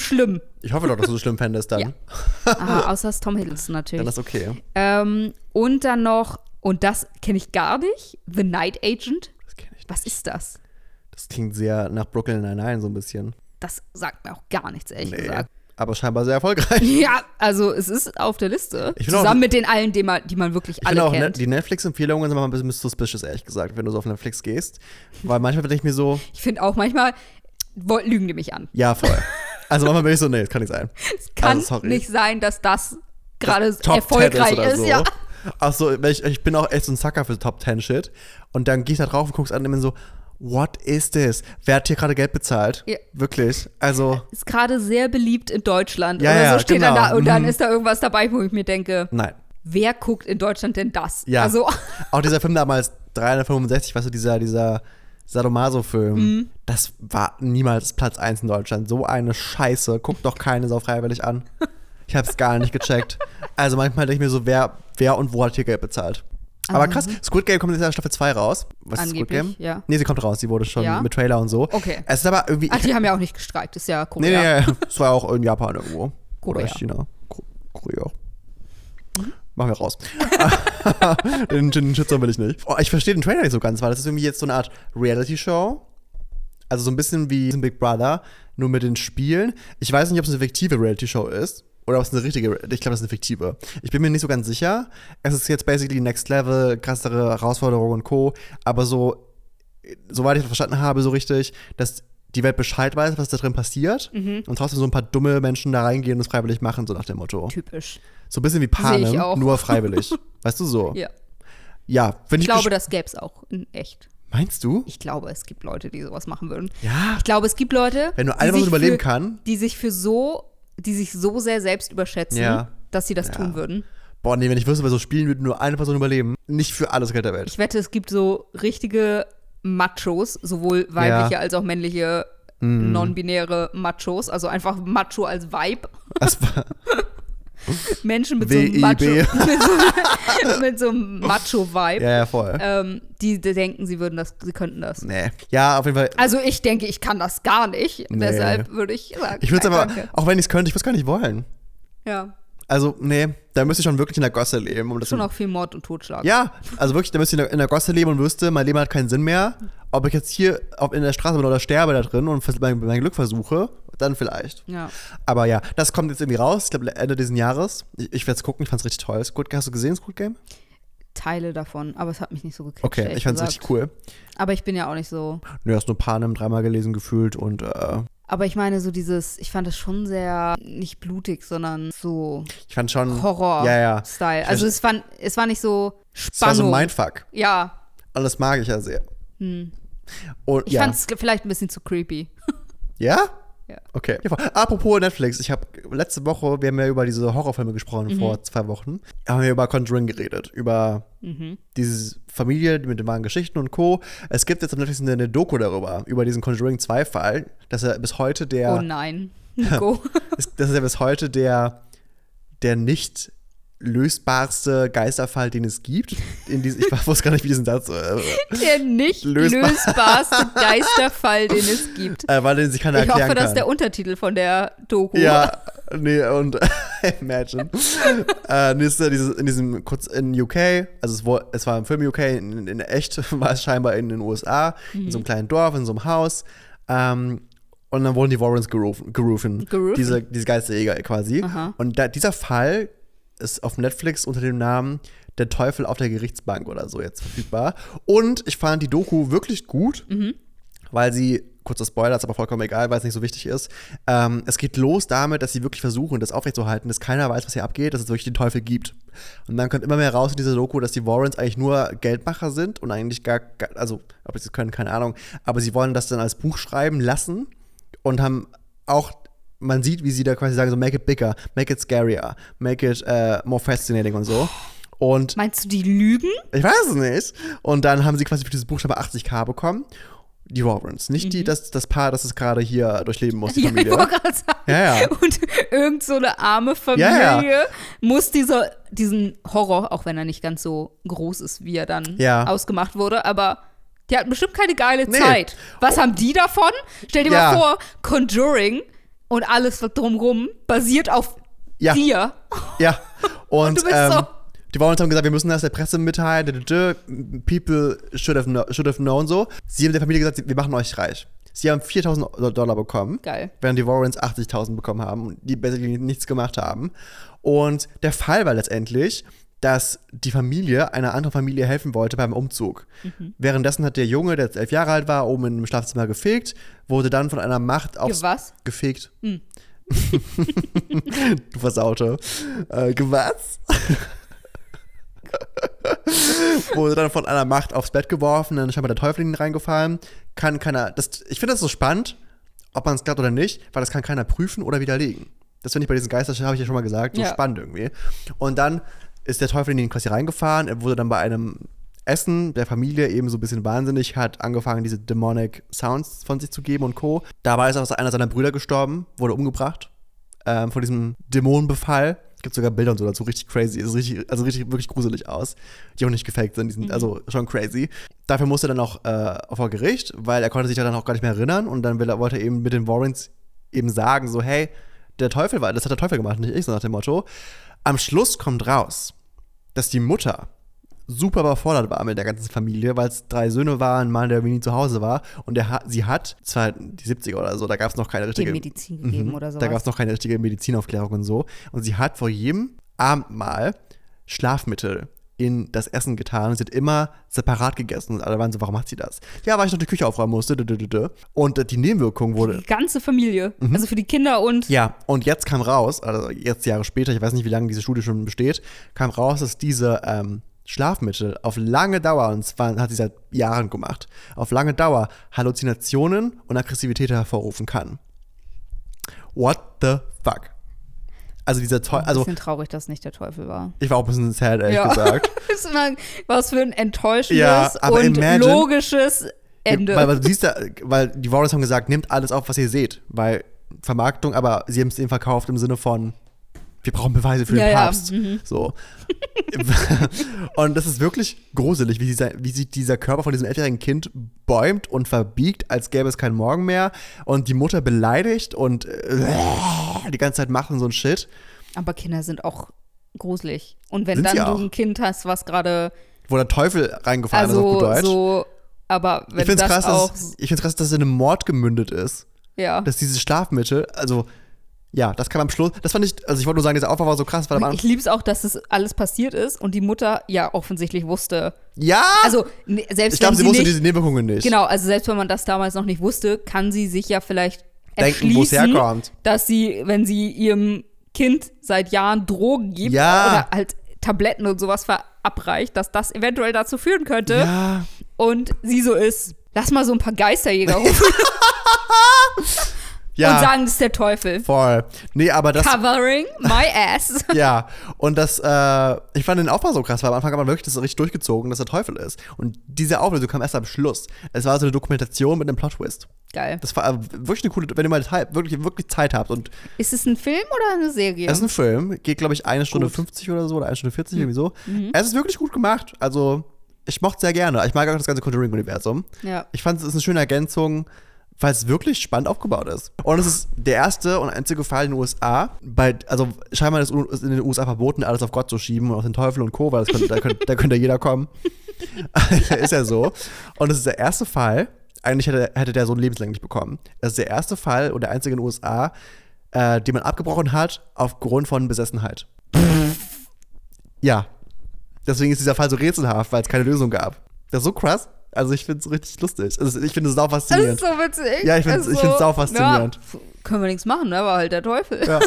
S2: schlimm.
S1: Ich hoffe doch, dass du so schlimm fändest dann.
S2: Ja. Aha, außer es Tom Hiddleston natürlich.
S1: Dann ist okay.
S2: Ähm, und dann noch, und das kenne ich gar nicht, The Night Agent.
S1: Das kenne ich nicht.
S2: Was ist das?
S1: Das klingt sehr nach Brooklyn Nine-Nine so ein bisschen.
S2: Das sagt mir auch gar nichts, ehrlich
S1: Nee.
S2: gesagt.
S1: Aber scheinbar sehr erfolgreich.
S2: Ja, also es ist auf der Liste.
S1: Ich bin auch- ne-
S2: Zusammen mit den allen, die man, die man wirklich
S1: Ich finde
S2: alle
S1: auch, ne,
S2: kennt.
S1: die Netflix-Empfehlungen sind manchmal ein bisschen suspicious, ehrlich gesagt, wenn du so auf Netflix gehst. Weil manchmal denke ich mir so,
S2: ich finde auch manchmal, wo- lügen die mich an.
S1: ja, voll. also manchmal bin ich so, nee, das kann nicht sein.
S2: Es kann
S1: Also, sorry.
S2: nicht sein, dass das gerade
S1: Top 10
S2: erfolgreich
S1: oder
S2: ist.
S1: so.
S2: Ja.
S1: Ach so, weil ich, ich bin auch echt so ein Sucker für Top 10 Shit. Und dann gehe ich da drauf und guck's an und bin so, what is this? Wer hat hier gerade Geld bezahlt?
S2: Ja.
S1: Wirklich? Also,
S2: Ist gerade sehr beliebt in Deutschland.
S1: Ja,
S2: oder
S1: ja,
S2: so steht
S1: genau.
S2: dann da. Und dann
S1: Mhm.
S2: ist da irgendwas dabei, wo ich mir denke,
S1: nein.
S2: wer guckt in Deutschland denn das?
S1: Ja.
S2: Also,
S1: Auch dieser Film damals, 365, weißt du, dieser, dieser Sadomaso-Film,
S2: Mhm.
S1: das war niemals Platz 1 in Deutschland. So eine Scheiße. Guckt doch keine Sau freiwillig an. Ich hab's gar nicht gecheckt. Also manchmal denke ich mir so, wer, wer und wo hat hier Geld bezahlt? Aber krass, Squid Game kommt in der Staffel 2 raus. Was ist Squid Game?
S2: Ah. Angeblich, ja.
S1: Nee, sie kommt raus, sie wurde schon
S2: Ja?
S1: mit Trailer und so.
S2: Okay.
S1: Es ist aber irgendwie.
S2: ach, die haben ja auch nicht gestreikt. Ist ja Korea.
S1: nee, nee, nee, es war auch in Japan irgendwo.
S2: Korea.
S1: Oder China. Ko- Korea. Machen wir raus. den den Shitstorm will ich nicht. Oh, ich verstehe den Trailer nicht so ganz, weil das ist irgendwie jetzt so eine Art Reality-Show. Also so ein bisschen wie Big Brother, nur mit den Spielen. Ich weiß nicht, ob es eine fiktive Reality-Show ist. Oder ob es eine richtige, ich glaube, das ist eine fiktive. Ich bin mir nicht so ganz sicher. Es ist jetzt basically Next Level, krassere Herausforderungen und Co. Aber so soweit ich das verstanden habe, so richtig, dass die Welt Bescheid weiß, was da drin passiert
S2: Mhm.
S1: und trotzdem so ein paar dumme Menschen da reingehen und es freiwillig machen, so nach dem Motto.
S2: Typisch.
S1: So ein bisschen wie
S2: Sehe ich
S1: Panem,
S2: auch.
S1: nur freiwillig. weißt du so?
S2: Ja.
S1: Ja, finde
S2: Ich
S1: ich.
S2: glaube,
S1: gesch-
S2: das gäbe es auch in echt.
S1: Meinst du?
S2: Ich glaube, es gibt Leute, die sowas machen würden.
S1: Ja.
S2: Ich glaube, es gibt Leute,
S1: Wenn nur
S2: die
S1: einer was
S2: sich
S1: überleben
S2: für,
S1: kann.
S2: die sich für so, die sich so sehr selbst überschätzen,
S1: Ja.
S2: dass sie das
S1: Ja.
S2: tun würden.
S1: Boah, nee, wenn ich wüsste, bei so Spielen würde nur eine Person überleben. Nicht für alles Geld der Welt.
S2: Ich wette, es gibt so richtige Machos, sowohl weibliche als auch männliche
S1: Mhm.
S2: non-binäre Machos, also einfach Macho als Vibe.
S1: Das war,
S2: Menschen mit so einem
S1: WIB.
S2: Macho, mit so, mit so einem Macho-Vibe,
S1: ja, ja, voll.
S2: ähm, die denken, sie würden das, sie könnten das.
S1: Nee. Ja, auf jeden Fall.
S2: Also ich denke, ich kann das gar nicht.
S1: Nee.
S2: Deshalb würde ich sagen.
S1: Ich würde es
S2: nein,
S1: aber,
S2: danke.
S1: auch wenn ich es könnte, ich würde es gar nicht wollen.
S2: Ja,
S1: Also, nee, da müsste ich schon wirklich in der Gosse leben, um das
S2: schon auch viel Mord und Totschlag.
S1: Ja, also wirklich, da müsste ich in der, in der Gosse leben und wüsste, mein Leben hat keinen Sinn mehr. Ob ich jetzt hier auf, in der Straße bin oder sterbe da drin und vers- mein, mein Glück versuche, dann vielleicht.
S2: Ja.
S1: Aber ja, das kommt jetzt irgendwie raus, ich glaube Ende dieses Jahres. Ich, ich werde es gucken, ich fand's richtig toll. Squid, hast du gesehen, Squid Game?
S2: Teile davon, aber es hat mich nicht so gekriegt.
S1: Okay, ich fand's richtig cool.
S2: Aber ich bin ja auch nicht so.
S1: Nö, hast nur Panem dreimal gelesen gefühlt und äh,
S2: Aber ich meine, so dieses, ich fand das schon sehr nicht blutig, sondern so
S1: Ich fand schon.
S2: Horror-Style.
S1: Ja, ja. Ich
S2: Also
S1: fand-
S2: es, fand, es war nicht so
S1: Es war
S2: Spannung.
S1: so ein Mindfuck.
S2: ja,
S1: Und das mag ich ja sehr. Und,
S2: Hm. ich
S1: ja.
S2: fand es vielleicht ein bisschen zu creepy.
S1: Ja?
S2: Ja.
S1: Okay. Ja, voll. Apropos Netflix, ich habe letzte Woche, wir haben ja über diese Horrorfilme gesprochen
S2: Mhm.
S1: vor zwei Wochen, haben wir über Conjuring geredet, über
S2: Mhm.
S1: diese Familie mit den wahren Geschichten und Co. Es gibt jetzt am Netflix eine, eine Doku darüber, über diesen Conjuring 2 Fall, dass er bis heute der
S2: Oh nein. Nico.
S1: ist, das ist ja bis heute der, der nicht lösbarste Geisterfall, den es gibt. In diesem, ich wusste gar nicht, wie diesen Satz, äh,
S2: der nicht
S1: Lösbar-
S2: lösbarste Geisterfall, den es gibt.
S1: äh, weil den sich keiner
S2: Ich
S1: erklären
S2: hoffe,
S1: kann.
S2: dass der Untertitel von der Doku.
S1: Ja, nee, und imagine. äh, nee, ist ja dieses, in diesem, kurz in UK, also es, wo, es war im Film UK, in, in echt war es scheinbar in den USA, in so
S2: Mhm.
S1: einem kleinen Dorf, in so einem Haus. Ähm, und dann wurden die Warrens gerufen, gerufen,
S2: Gerufen?
S1: Diese, diese Geisterjäger quasi.
S2: Aha.
S1: Und da, dieser Fall ist auf Netflix unter dem Namen Der Teufel auf der Gerichtsbank oder so jetzt verfügbar. Und ich fand die Doku wirklich gut weil sie, kurzer Spoiler, ist aber vollkommen egal, weil es nicht so wichtig ist. Ähm, es geht los damit, dass sie wirklich versuchen, das aufrechtzuerhalten, dass keiner weiß, was hier abgeht, dass es wirklich den Teufel gibt. Und dann kommt immer mehr raus in dieser Doku, dass die Warrens eigentlich nur Geldmacher sind und eigentlich gar, gar also, ob sie es können, keine Ahnung, aber sie wollen das dann als Buch schreiben lassen und haben auch man sieht, wie sie da quasi sagen, so make it bigger, make it scarier, make it äh, more fascinating und so. Und
S2: Meinst du die Lügen?
S1: ich weiß es nicht. Und dann haben sie quasi für dieses Buchstabe 80k bekommen. Die Warrens. Nicht die, das, das Paar, das es gerade hier durchleben muss, die
S2: Ja, ich
S1: Familie.
S2: wollte gerade sagen.
S1: Ja, ja.
S2: Und irgend so eine arme Familie
S1: Ja,
S2: muss dieser, diesen Horror, auch wenn er nicht ganz so groß ist, wie er dann
S1: Ja.
S2: ausgemacht wurde, aber die hatten bestimmt keine geile
S1: Nee.
S2: Zeit. Was haben die davon? Stell dir
S1: Ja.
S2: mal vor, Conjuring und alles was drumrum basiert auf
S1: Ja.
S2: dir.
S1: Ja. Und,
S2: Du bist
S1: ähm,
S2: so-
S1: die Warrens haben gesagt, wir müssen das der Presse mitteilen. d- d- d- People should have, kno should have known so. Sie haben der Familie gesagt, wir machen euch reich. Sie haben 4000 Dollar bekommen.
S2: Geil.
S1: Während die Warrens 80.000 bekommen haben und die basically nichts gemacht haben. Und der Fall war letztendlich, dass die Familie einer anderen Familie helfen wollte beim Umzug.
S2: Mhm.
S1: Währenddessen hat der Junge, der jetzt elf Jahre alt war, oben im Schlafzimmer gefegt, wurde dann von einer Macht aufs...
S2: was? Hm.
S1: Gefegt. du Versaute. Äh, was? wurde dann von einer Macht aufs Bett geworfen, dann ist scheinbar der Teufel in ihn reingefallen. Kann keiner, das, ich finde das so spannend, ob man es glaubt oder nicht, weil das kann keiner prüfen oder widerlegen. Das finde ich bei diesen Geisterstädten, habe ich ja schon mal gesagt, so
S2: Ja.
S1: spannend irgendwie. Und dann ist der Teufel in ihn quasi reingefahren, er wurde dann bei einem Essen der Familie eben so ein bisschen wahnsinnig, hat angefangen, diese demonic Sounds von sich zu geben und Co. Dabei ist auch einer seiner Brüder gestorben, wurde umgebracht ähm, von diesem Dämonenbefall. Gibt sogar Bilder und so dazu, richtig crazy. Ist richtig, also richtig, wirklich gruselig aus. Die auch nicht gefaked sind, die sind also schon crazy. Dafür musste er dann auch äh, vor Gericht, weil er konnte sich ja dann auch gar nicht mehr erinnern und dann will, er- wollte er eben mit den Warrens eben sagen, so, hey, der Teufel war, das hat der Teufel gemacht, nicht ich, so nach dem Motto. Am Schluss kommt raus, dass die Mutter super überfordert war mit der ganzen Familie, weil es drei Söhne waren, ein Mann, der nie zu Hause war und der, ha- sie hat, das war die 70er oder so, da gab es noch keine
S2: Die
S1: richtige
S2: Medizin
S3: Mhm.
S2: gegeben oder sowas.
S1: da gab es noch keine richtige Medizinaufklärung und so. Und sie hat vor jedem Abendmahl Schlafmittel in das Essen getan und sie hat immer separat gegessen. Und alle waren so, warum macht sie das? Ja, weil ich noch die Küche aufräumen musste. dü, dü, dü, dü. Und äh, die Nebenwirkung wurde.
S2: die ganze Familie. Also für die Kinder und
S1: Mhm. Ja, und jetzt kam raus, also jetzt Jahre später, ich weiß nicht, wie lange diese Studie schon besteht, kam raus, dass diese ähm, Schlafmittel auf lange Dauer, und zwar hat sie seit Jahren gemacht, auf lange Dauer Halluzinationen und Aggressivität hervorrufen kann. What the fuck? Also dieser Teu
S2: also,
S1: also
S2: bisschen traurig, dass nicht der Teufel war.
S1: ich war auch ein bisschen sad, ehrlich gesagt.
S2: Das ist immer, was für ein enttäuschendes
S1: Ja, aber
S2: und
S1: imagine-
S2: logisches Ende.
S1: Weil, weil du siehst da, weil die Warriors haben gesagt, nehmt alles auf, was ihr seht, weil Vermarktung, aber sie haben es eben verkauft im Sinne von, wir brauchen Beweise für
S2: Ja,
S1: den
S2: ja, Mhm.
S1: Papst. So. und das ist wirklich gruselig, wie, dieser, wie sich dieser Körper von diesem elfjährigen Kind bäumt und verbiegt, als gäbe es keinen Morgen mehr. Und die Mutter beleidigt und äh, die ganze Zeit machen so ein Shit.
S2: aber Kinder sind auch gruselig. Und wenn
S1: Sind
S2: dann
S1: sie
S2: du
S1: auch.
S2: ein Kind hast, was gerade
S1: Wo der Teufel reingefallen ist auf gut
S2: also
S1: Deutsch.
S2: so, aber
S1: ich
S2: wenn
S1: finde
S2: das
S1: es krass,
S2: auch,
S1: dass, ich find's krass, dass es in einem Mord gemündet ist.
S2: ja.
S1: dass dieses Schlafmittel, also ja, das kam am Schluss, das fand ich, also ich wollte nur sagen, dieser Aufbau war so krass, weil am
S2: ich
S1: Anfang,
S2: liebe es auch, dass das alles passiert ist und die Mutter ja offensichtlich wusste.
S1: ja,
S2: Also ne- selbst
S1: Ah! ich glaube,
S2: wenn
S1: sie wusste
S2: nicht,
S1: diese Nebenwirkungen nicht.
S2: genau, also selbst wenn man das damals noch nicht wusste, kann sie sich ja vielleicht
S1: denken, wo es herkommt.
S2: dass sie, wenn sie ihrem Kind seit Jahren Drogen gibt
S1: Ja.
S2: oder halt Tabletten und sowas verabreicht, dass das eventuell dazu führen könnte.
S1: Ja.
S2: Und sie so ist, lass mal so ein paar Geisterjäger rufen und
S1: Ja,
S2: sagen, das ist der Teufel.
S1: voll. Nee, aber das
S2: Covering my ass.
S1: Ja, und das, äh, ich fand den Aufbau so krass, weil am Anfang hat man wirklich das so richtig durchgezogen, dass der Teufel ist. Und diese Auflösung kam erst am Schluss. Es war so eine Dokumentation mit einem Plot-Twist.
S2: Geil.
S1: Das war äh, wirklich eine coole, wenn ihr mal Zeit- wirklich, wirklich Zeit habt. Und
S2: Ist es ein Film oder eine Serie?
S1: es ist ein Film, geht glaube ich eine Stunde 50 oder so oder eine Stunde 40, irgendwie so. Es ist wirklich gut gemacht. Also, ich mochte sehr gerne. Ich mag auch das ganze Conjuring-Universum.
S2: ja.
S1: Ich fand, es ist eine schöne Ergänzung, weil es wirklich spannend aufgebaut ist. Und es ist der erste und einzige Fall in den USA, bei, also scheinbar ist in den USA verboten, alles auf Gott zu schieben und auf den Teufel und Co., weil das könnte, da, könnte, da könnte jeder kommen. ist ja so. Und es ist der erste Fall, eigentlich hätte, hätte der so ein lebenslänglich bekommen. Es ist der erste Fall und der einzige in den USA, äh, den man abgebrochen hat aufgrund von Besessenheit. ja. Deswegen ist dieser Fall so rätselhaft, weil es keine Lösung gab. Das ist so krass. Also ich finde es richtig lustig. Also ich finde es sau
S2: Das ist
S1: faszinierend.
S2: so witzig.
S1: Ja, ich find's-
S2: Das ist
S1: ich find's sau faszinierend.
S2: Ja, pf, können wir nichts machen, ne? War halt der Teufel.
S1: Ja.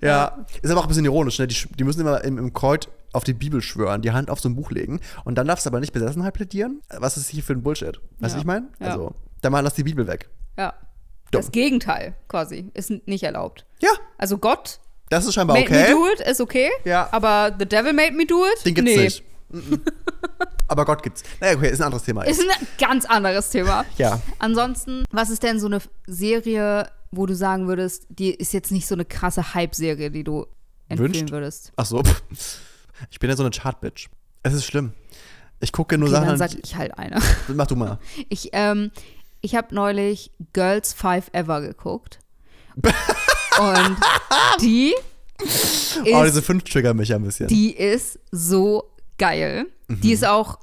S1: ja. Ist aber auch ein bisschen ironisch, ne? Die, sch- die müssen immer im, im Kreuz auf die Bibel schwören, die Hand auf so ein Buch legen. Und dann darfst du aber nicht Besessenheit plädieren. Was ist hier für ein Bullshit? Weißt du,
S2: Ja.
S1: ich meine?
S2: Ja.
S1: Also, dann mal lass die Bibel weg.
S2: Ja.
S1: Dumm.
S2: Das Gegenteil quasi ist n- nicht erlaubt.
S1: Ja,
S2: Also Gott
S1: das ist scheinbar
S2: made me
S1: okay.
S2: do it ist okay,
S1: Ja.
S2: aber the devil made me do it?
S1: Den gibt's
S2: nee.
S1: nicht. Mhm. aber Gott gibt's. Naja, okay, ist ein anderes Thema.
S2: Ist ein ganz anderes Thema.
S1: Ja.
S2: Ansonsten, was ist denn so eine Serie, wo du sagen würdest, die ist jetzt nicht so eine krasse Hype-Serie, die du empfehlen
S1: Wünscht?
S2: würdest?
S1: Ach so. Ich bin ja so eine Chartbitch. Es ist schlimm. Ich gucke nur
S2: Okay,
S1: Sachen.
S2: dann
S1: an,
S2: sag
S1: die-
S2: ich halt eine.
S1: Mach du mal.
S2: Ich, ähm, ich habe neulich Girls Five Ever geguckt. Und die
S1: oh,
S2: ist,
S1: diese fünf triggern mich ein bisschen.
S2: die ist so geil. Die
S1: Mhm.
S2: ist auch,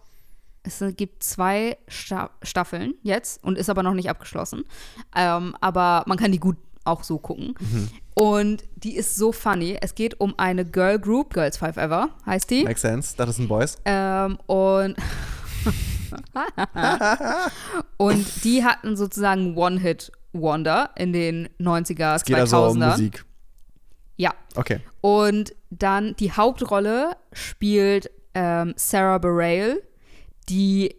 S2: es gibt zwei Sta Staffeln jetzt und ist aber noch nicht abgeschlossen. Ähm, aber man kann die gut auch so gucken.
S1: Mhm.
S2: Und die ist so funny. Es geht um eine Girl Group, Girls Five Ever heißt die.
S1: Makes sense. Das ist ein Boys.
S2: Ähm, und und die hatten sozusagen One-Hit-Wonder in den 90er,
S1: Es geht
S2: 2000er.
S1: also um Musik.
S2: Ja.
S1: Okay.
S2: Und dann die Hauptrolle spielt ähm, Sarah Bareil, die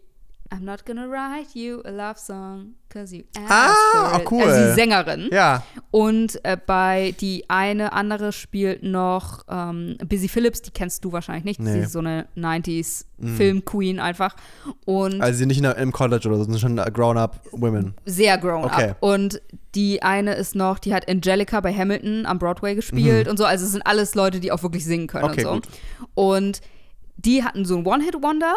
S2: I'm not gonna write you a love song, cause you asked
S1: Ah,
S2: for it.
S1: ach, cool.
S2: Also die Sängerin.
S1: Ja.
S2: Und äh, bei die eine andere spielt noch ähm, Busy Phillips, die kennst du wahrscheinlich nicht.
S1: Nee. Mhm.
S2: Sie ist so eine 90s Film-Queen einfach. Und
S1: Also sie sind nicht in der, im College oder so, sind schon grown-up Women.
S2: sehr grown
S1: Okay.
S2: up. Und die eine ist noch, die hat Angelica bei Hamilton am Broadway gespielt und so. Also es sind alles Leute, die auch wirklich singen können
S1: Mhm. Okay,
S2: und so.
S1: gut.
S2: Und die hatten so ein One-Hit-Wonder.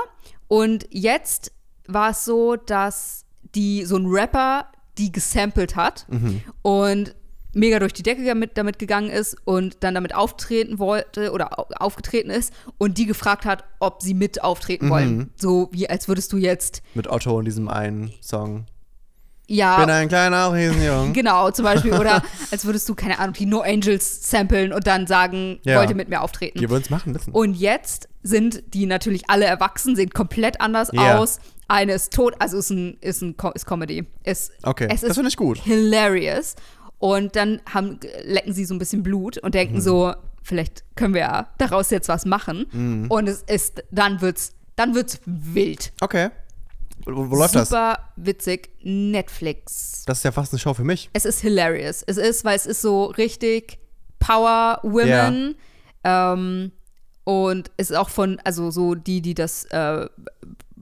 S2: Und jetzt war es so, dass die so ein Rapper die gesampelt hat
S1: Mhm.
S2: und mega durch die Decke damit, damit gegangen ist und dann damit auftreten wollte oder au- aufgetreten ist und die gefragt hat, ob sie mit auftreten
S1: Mhm.
S2: wollen. So wie als würdest du jetzt,
S1: Mit Otto und diesem einen Song.
S2: ja,
S1: Bin ein kleiner Riesenjung.
S2: Genau, zum Beispiel. Oder als würdest du, keine Ahnung, die No Angels samplen und dann sagen,
S1: Ja.
S2: wollt ihr mit mir auftreten.
S1: Wir würden es machen müssen.
S2: Und jetzt sind die natürlich alle erwachsen, sehen komplett anders
S1: Ja.
S2: aus. Eine ist tot, also ist ein, ist ein Co- ist Comedy. Ist,
S1: Okay,
S2: es
S1: das
S2: ist
S1: finde ich gut.
S2: Hilarious. Und dann haben, lecken sie so ein bisschen Blut und denken
S1: Mhm.
S2: so, vielleicht können wir ja daraus jetzt was machen.
S1: Mhm.
S2: Und es ist, dann wird's, dann wird's wild.
S1: Okay. Wo, wo läuft das?
S2: Super witzig. Netflix.
S1: Das ist ja fast eine Show für mich.
S2: Es ist hilarious. Es ist, weil es ist so richtig Power Women. Ähm, und es ist auch von, also so die, die das äh,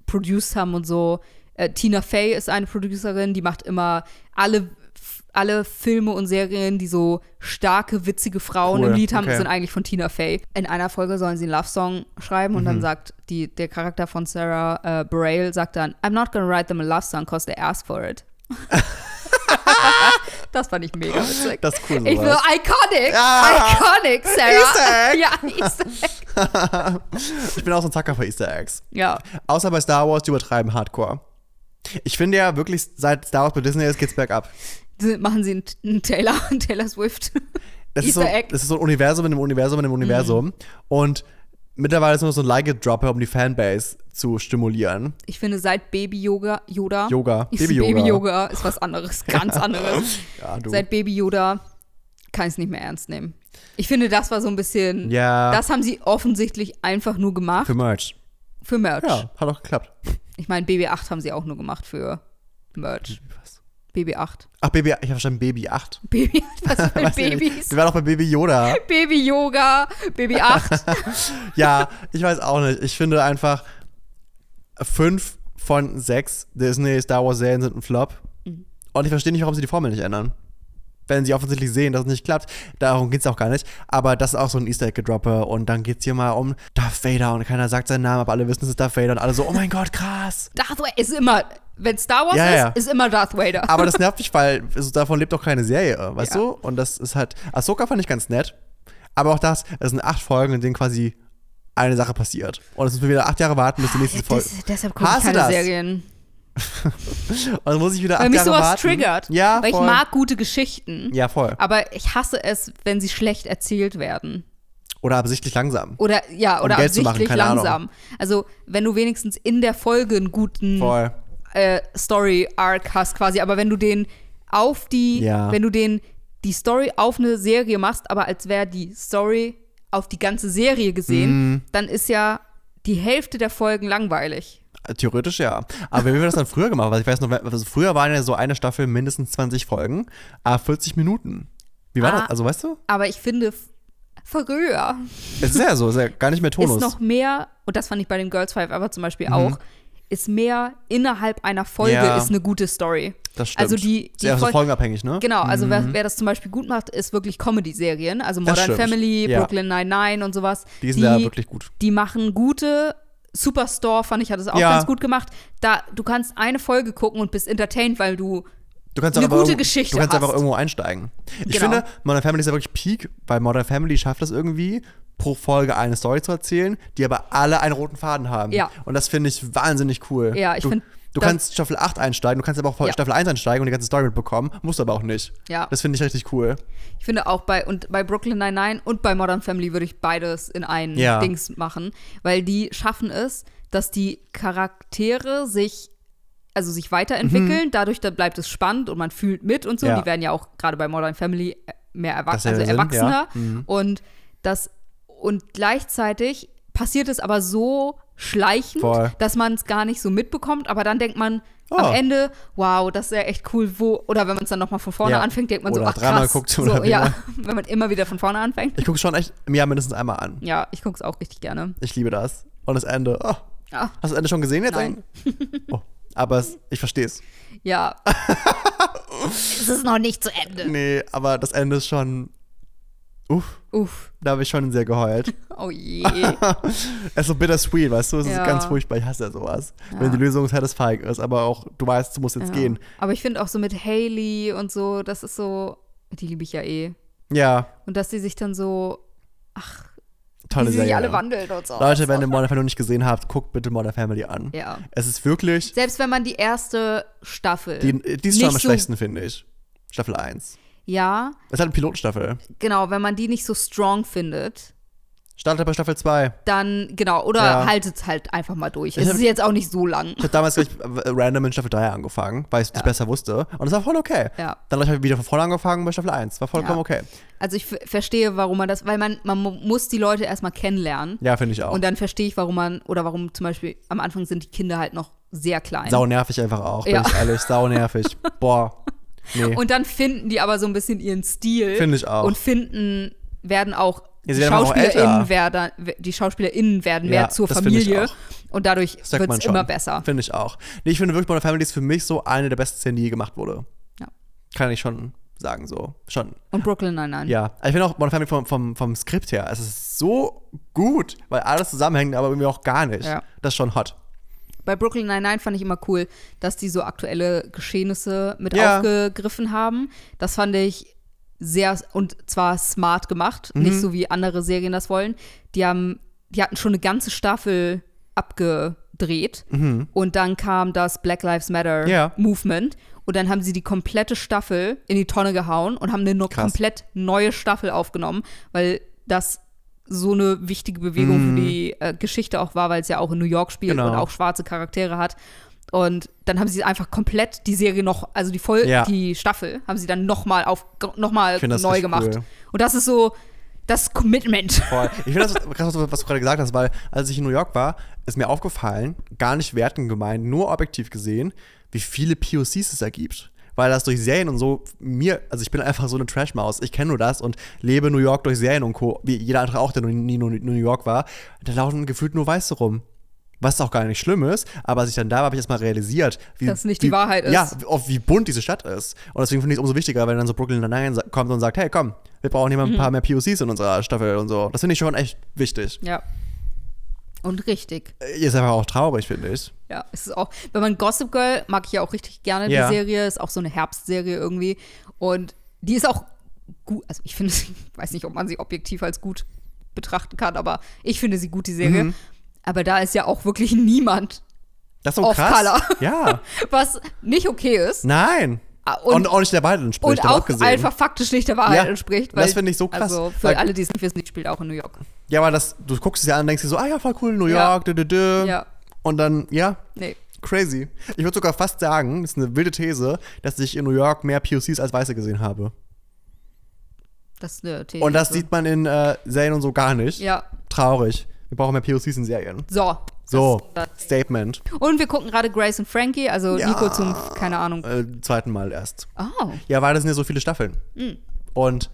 S2: produced haben und so. Äh, Tina Fey ist eine Producerin, die macht immer alle, alle Filme und Serien, die so starke, witzige Frauen
S1: Cool,
S2: im Lied haben,
S1: okay.
S2: sind eigentlich von Tina Fey. In einer Folge sollen sie einen Love-Song schreiben und
S1: Mhm.
S2: dann sagt die, der Charakter von Sarah äh, Bareil, sagt dann, I'm not gonna write them a love-song, cause they asked for it. Das fand ich mega witzig.
S1: Das ist cool
S2: ich will
S1: sowas.
S2: iconic,
S1: Ah,
S2: iconic,
S1: Easter
S2: Sarah.
S1: Egg.
S2: Ja, Easter Egg.
S1: Ich bin auch so ein Zacker für Easter Eggs.
S2: Ja,
S1: Außer bei Star Wars, die übertreiben Hardcore. Ich finde ja wirklich, seit Star Wars bei Disney ist, geht's bergab.
S2: Sie- machen sie einen, einen Taylor, einen Taylor Swift.
S1: Das ist, so,
S2: Easter Egg.
S1: das ist so ein Universum in einem Universum in einem Universum. Und Mittlerweile ist nur noch so ein Like-It-Dropper, um die Fanbase zu stimulieren.
S2: Ich finde, seit Baby-Yoga, Yoda.
S1: Yoga.
S2: Ist
S1: Baby-Yoga.
S2: Baby-Yoga ist was anderes, ganz anderes.
S1: Ja, du.
S2: Seit Baby-Yoda kann ich es nicht mehr ernst nehmen. Ich finde, das war so ein bisschen.
S1: ja,
S2: Das haben sie offensichtlich einfach nur gemacht
S1: für
S2: für,
S1: Merch.
S2: Merch.
S1: Ja, hat auch geklappt.
S2: Ich meine, BB8 haben sie auch nur gemacht für Merch.
S1: Was?
S2: BB8.
S1: Ach, Baby, ich habe verstanden, Baby 8.
S2: Baby, was ist mit
S1: Weiß ich nicht.
S2: Babys?
S1: Wir waren auch bei Baby Yoda.
S2: Baby-Yoga, BB8.
S1: ja, ich weiß auch nicht. Ich finde einfach, fünf von sechs Disney Star Wars Serien sind ein Flop. Und ich verstehe nicht, warum sie die Formel nicht ändern. Wenn sie offensichtlich sehen, dass es nicht klappt. Darum geht es auch gar nicht. Aber das ist auch so ein Easter Egg gedroppe. Und dann geht es hier mal um Darth Vader und keiner sagt seinen Namen, aber alle wissen, es ist Darth Vader. Und alle so, oh mein Gott, krass.
S2: Darth Vader ist immer, wenn Star Wars
S1: Ja,
S2: ist,
S1: ja.
S2: ist immer Darth Vader.
S1: Aber das nervt mich, weil so davon lebt auch keine Serie, weißt
S2: Ja.
S1: du? Und das ist halt. Ahsoka fand ich ganz nett. Aber auch das, es sind acht Folgen, in denen quasi eine Sache passiert. Und es müssen wir wieder acht Jahre warten, bis die nächste Folge.
S2: Des- deshalb gucke ich
S1: Hast du
S2: keine
S1: das?
S2: Serien.
S1: Und dann muss ich wieder acht
S2: Weil mich
S1: Jahre
S2: sowas
S1: warten.
S2: triggert.
S1: Ja,
S2: weil ich
S1: voll.
S2: mag gute Geschichten.
S1: Ja, voll.
S2: Aber ich hasse es, wenn sie schlecht erzählt werden.
S1: Oder absichtlich langsam.
S2: Oder ja, oder
S1: Um Geld zu machen,
S2: absichtlich
S1: keine Ahnung.
S2: langsam. Also, wenn du wenigstens in der Folge einen guten
S1: Voll.
S2: äh, Story-Arc hast quasi, aber wenn du den auf die,
S1: Ja.
S2: wenn du den die Story auf eine Serie machst, aber als wäre die Story auf die ganze Serie gesehen,
S1: Mhm.
S2: dann ist ja die Hälfte der Folgen langweilig.
S1: Theoretisch ja. Aber wie haben wir das dann früher gemacht? Weil ich weiß noch, also früher waren ja so eine Staffel mindestens 20 Folgen, aber 40 Minuten. Wie war
S2: Ah.
S1: das? Also weißt du?
S2: Aber ich finde, f- früher
S1: Es ist ja so, es ist ja gar nicht mehr Tonus.
S2: ist noch mehr, und das fand ich bei dem Girls Five aber zum Beispiel auch, ist mehr innerhalb einer Folge
S1: Mhm. Ja.
S2: ist eine gute Story.
S1: das stimmt.
S2: Also die, die
S1: Sehr so
S2: Fol-
S1: folgenabhängig, ne?
S2: Genau, also wer, wer das zum Beispiel gut macht, ist wirklich Comedy-Serien, also
S1: Das
S2: Modern
S1: stimmt,
S2: Family,
S1: ja.
S2: Brooklyn Nine-Nine und sowas.
S1: Die sind ja wirklich gut.
S2: Die machen gute. Superstore fand ich hat es auch
S1: Ja.
S2: ganz gut gemacht. Da du kannst eine Folge gucken und bist entertained, weil du
S1: Du kannst
S2: eine
S1: aber
S2: gute
S1: irgendwo-
S2: Geschichte
S1: Du kannst einfach
S2: hast.
S1: irgendwo einsteigen. Ich
S2: Genau.
S1: finde, Modern Family ist ja wirklich Peak, weil Modern Family schafft es irgendwie, pro Folge eine Story zu erzählen, die aber alle einen roten Faden haben.
S2: Ja.
S1: Und das finde ich wahnsinnig cool.
S2: Ja, ich
S1: Du-
S2: find,
S1: Du
S2: das-
S1: kannst Staffel 8 einsteigen, du kannst aber auch
S2: Ja.
S1: Staffel 1 einsteigen und die ganze Story mitbekommen, musst aber auch nicht.
S2: Ja.
S1: Das finde ich richtig cool.
S2: ich finde auch bei und bei Brooklyn Nine-Nine und bei Modern Family würde ich beides in einen
S1: Ja.
S2: Dings machen, weil die schaffen es, dass die Charaktere sich also sich weiterentwickeln, dadurch da bleibt es spannend und man fühlt mit und so.
S1: Mhm. Ja.
S2: Die werden ja auch gerade bei Modern Family mehr
S1: Das
S2: erwachsen,
S1: ist ja Mhm.
S2: also
S1: der Sinn, ja.
S2: erwachsener und das und gleichzeitig passiert es aber so schleichend,
S1: Voll.
S2: dass man es gar nicht so mitbekommt, aber dann denkt man
S1: Oh.
S2: am Ende, wow, das ist ja echt cool, wo oder wenn man es dann noch mal von vorne
S1: Ja.
S2: anfängt, denkt man so,
S1: Oder
S2: ach
S1: dreimal
S2: krass,
S1: guckt
S2: so,
S1: oder wie
S2: ja,
S1: immer.
S2: wenn man immer wieder von vorne anfängt.
S1: Ich gucke schon echt im Jahr mindestens einmal an.
S2: Ja, ich guck's auch richtig gerne.
S1: Ich liebe das. Und das Ende. Oh.
S2: Ah,
S1: Hast du das Ende schon gesehen jetzt?
S2: Nein.
S1: eigentlich? Oh. Aber es, ich verstehe es.
S2: ja. es ist noch nicht zu Ende.
S1: Nee, aber das Ende ist schon. Uff,
S2: Uff.
S1: da habe ich schon sehr geheult.
S2: Oh je.
S1: Es ist so bittersweet, weißt du? Es
S2: Ja.
S1: ist ganz furchtbar. Ich hasse ja sowas.
S2: Ja.
S1: Wenn die Lösung satisfying ist, aber auch, du weißt, du musst jetzt
S2: Ja.
S1: gehen.
S2: Aber ich finde auch so mit Haley und so, das ist so, die liebe ich ja eh.
S1: Ja,
S2: Und dass die sich dann so, ach,
S1: tolle
S2: wie sie
S1: Serie.
S2: sich alle wandeln und so.
S1: Leute, wenn ihr Modern Family noch nicht gesehen habt, guckt bitte Modern Family an.
S2: Ja.
S1: Es ist wirklich.
S2: Selbst wenn man die erste Staffel.
S1: Die, die ist schon
S2: nicht
S1: am
S2: so-
S1: schlechtesten, finde ich. Staffel 1.
S2: ja,
S1: Es hat eine Pilotstaffel.
S2: genau, wenn man die nicht so strong findet,
S1: Startet bei Staffel 2.
S2: dann, genau, oder
S1: Ja.
S2: haltet es halt einfach mal durch.
S1: Ich
S2: Es
S1: hab-
S2: ist jetzt auch nicht so lang.
S1: Ich habe damals gleich äh, random in Staffel 3 angefangen, weil ich es besser wusste. Und es war voll okay.
S2: Ja.
S1: Dann habe ich wieder von vorne angefangen bei Staffel 1. War vollkommen
S2: Ja.
S1: okay.
S2: Also ich f- verstehe, warum man das, weil man, man mu- muss die Leute erstmal kennenlernen.
S1: Ja, finde ich auch.
S2: Und dann verstehe ich, warum man, oder warum zum Beispiel am Anfang sind die Kinder halt noch sehr klein.
S1: Sau nervig einfach auch, bin
S2: Ja.
S1: ich ehrlich. Sau nervig. Boah. Nee.
S2: Und dann finden die aber so ein bisschen ihren Stil.
S1: Finde ich auch.
S2: Und finden, werden auch.
S1: Ja,
S2: die
S1: sie werden aber auch
S2: SchauspielerInnen
S1: älter.
S2: werden, die SchauspielerInnen werden
S1: Ja,
S2: mehr zur
S1: das finde ich
S2: Familie
S1: auch.
S2: und dadurch
S1: Das
S2: wird es immer besser.
S1: Finde ich auch. Nee, ich finde wirklich Modern Family ist für mich so eine der besten Szenen, die je gemacht wurde.
S2: Ja.
S1: Kann ich schon sagen, so. Schon.
S2: Und Brooklyn nein, nein.
S1: Ja. Also Ich finde auch Modern Family vom, vom, vom Skript her, es ist so gut, weil alles zusammenhängt, aber irgendwie auch gar nicht.
S2: Ja.
S1: Das ist schon hot.
S2: Bei Brooklyn Nine-Nine fand ich immer cool, dass die so aktuelle Geschehnisse mit
S1: Ja.
S2: aufgegriffen haben. Das fand ich sehr, und zwar smart gemacht,
S1: Mhm.
S2: nicht so wie andere Serien das wollen. Die haben, die hatten schon eine ganze Staffel abgedreht und dann kam das Black Lives Matter
S1: Mhm. Ja.
S2: Movement und dann haben sie die komplette Staffel in die Tonne gehauen und haben eine no
S1: Krass.
S2: komplett neue Staffel aufgenommen, weil das so eine wichtige Bewegung für die äh, Geschichte auch war, weil es ja auch in New York spielt
S1: Mhm. Genau.
S2: und auch schwarze Charaktere hat. Und dann haben sie einfach komplett die Serie noch, also die voll,
S1: Ja.
S2: die Staffel, haben sie dann nochmal auf nochmal
S1: find das
S2: neu
S1: richtig
S2: gemacht.
S1: cool.
S2: Und das ist so das Commitment.
S1: Voll. Ich finde das krass, was du gerade gesagt hast, weil als ich in New York war, ist mir aufgefallen, gar nicht werten gemeint, nur objektiv gesehen, wie viele POCs es ergibt. Weil das durch Serien und so mir, also ich bin einfach so eine Trashmaus. Ich kenne nur das und lebe New York durch Serien und Co. Wie jeder andere auch, der noch nie in New York war. Da laufen gefühlt nur Weiße rum. Was auch gar nicht schlimm ist, aber als ich dann da war, habe ich erstmal realisiert, wie.
S2: Dass nicht
S1: wie,
S2: die Wahrheit ist.
S1: Ja, auf wie bunt diese Stadt ist. Und deswegen finde ich es umso wichtiger, wenn dann so Brooklyn Nine-Nine sa- kommt und sagt, hey, komm, wir brauchen
S2: Mhm.
S1: hier mal ein paar mehr POCs in unserer Staffel und so. Das finde ich schon echt wichtig.
S2: Ja. Und richtig.
S1: Äh, Ist einfach auch traurig, finde ich.
S2: Ja, es ist auch. Wenn man Gossip Girl mag ich ja auch richtig gerne
S1: Ja.
S2: die Serie, ist auch so eine Herbstserie irgendwie und die ist auch gut, also ich finde sie, ich weiß nicht, ob man sie objektiv als gut betrachten kann, aber ich finde sie gut die Serie.
S1: Mhm.
S2: Aber da ist ja auch wirklich niemand,
S1: Das ist so
S2: Off
S1: krass.
S2: color.
S1: Ja.
S2: was nicht okay ist
S1: Nein.
S2: Ah,
S1: Und,
S2: und-
S1: und auch nicht der beiden entspricht,
S2: und
S1: hab
S2: auch
S1: gesehen.
S2: einfach faktisch nicht der Wahrheit
S1: Ja,
S2: entspricht.
S1: das finde ich so krass,
S2: Also für
S1: weil-
S2: alle, die es nicht wissen, die spielt auch in New York.
S1: Ja, aber das, du guckst es ja an und denkst dir so, ah ja, voll cool, New
S2: Ja.
S1: York, dü, dü, dü.
S2: Ja.
S1: Und dann, ja,
S2: Nee.
S1: crazy. Ich würde sogar fast sagen, das ist eine wilde These, dass ich in New York mehr POCs als Weiße gesehen habe.
S2: Das ist eine These.
S1: Und das sieht man in äh, Serien und so gar nicht.
S2: Ja.
S1: Traurig. Wir brauchen mehr POCs in Serien.
S2: So.
S1: So,
S2: Das, das
S1: Statement.
S2: Und wir gucken gerade Grace und Frankie, also
S1: Ja.
S2: Nico zum, keine Ahnung.
S1: Äh, zweiten Mal erst.
S2: Oh,
S1: Ja, weil das sind ja so viele Staffeln.
S2: Mhm.
S1: Und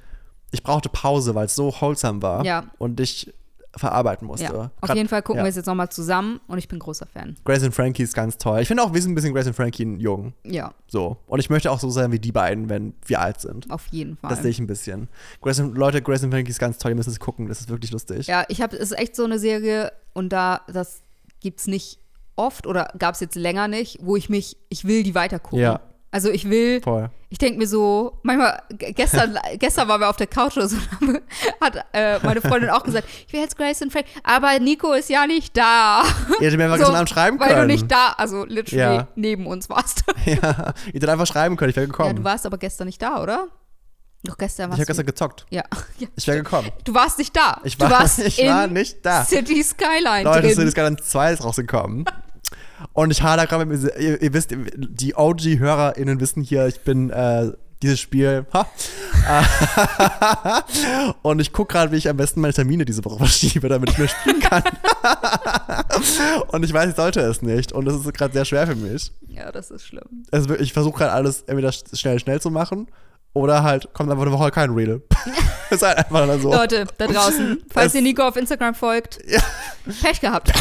S1: ich brauchte Pause, weil es so wholesome war.
S2: Ja.
S1: Und ich verarbeiten musste.
S2: ja. Auf
S1: Grad-
S2: jeden Fall gucken
S1: ja.
S2: wir es jetzt nochmal zusammen und ich bin großer Fan.
S1: Grace und Frankie ist ganz toll. Ich finde auch, wir sind ein bisschen Grace und Frankie jung.
S2: Ja,
S1: So. Und ich möchte auch so sein wie die beiden, wenn wir alt sind.
S2: auf jeden Fall.
S1: Das sehe ich ein bisschen. Grace und, Leute, Grace und Frankie ist ganz toll. Ihr müsst es gucken. Das ist wirklich lustig.
S2: ja, ich habe, es ist echt so eine Serie und da, das gibt's nicht oft oder gab's jetzt länger nicht, wo ich mich, ich will die weiter gucken.
S1: Ja.
S2: Also ich will,
S1: Voll.
S2: ich denke mir so, manchmal, g- gestern, gestern waren wir auf der Couch oder so, und haben- hat äh, meine Freundin auch gesagt, ich will jetzt Grace und Frankie, aber Nico ist ja nicht da.
S1: Ihr hättet mir einfach
S2: So,
S1: gestern Abend schreiben
S2: weil
S1: können.
S2: du nicht da, also literally
S1: Ja.
S2: neben uns warst.
S1: Ja, ihr hättet einfach schreiben können, ich wäre
S2: Ja,
S1: gekommen.
S2: du warst aber gestern nicht da, oder? Doch gestern
S1: ich
S2: warst
S1: habe
S2: du.
S1: gestern gezockt.
S2: ja. ja.
S1: Ich wäre gekommen.
S2: Du warst nicht da.
S1: Ich
S2: du
S1: war-
S2: warst
S1: ich
S2: in
S1: war nicht da.
S2: City Skyline
S1: Leute, es
S2: drin.
S1: sind jetzt gerade zwei ist rausgekommen. Und ich hader gerade mit mir. Ihr, ihr wisst, die OG-HörerInnen wissen hier, ich bin äh, dieses Spiel. Ha. Und ich gucke gerade, wie ich am besten meine Termine diese Woche verschiebe, damit ich mehr spielen kann. Und ich weiß, ich sollte es nicht. Und das ist gerade sehr schwer für mich.
S2: ja, das ist schlimm.
S1: Also ich versuche gerade alles entweder schnell, schnell zu machen oder halt kommt einfach eine Woche kein Reel. ist halt einfach dann so.
S2: Leute, da draußen, falls
S1: Das-
S2: ihr Nico auf Instagram folgt,
S1: Ja.
S2: Pech gehabt.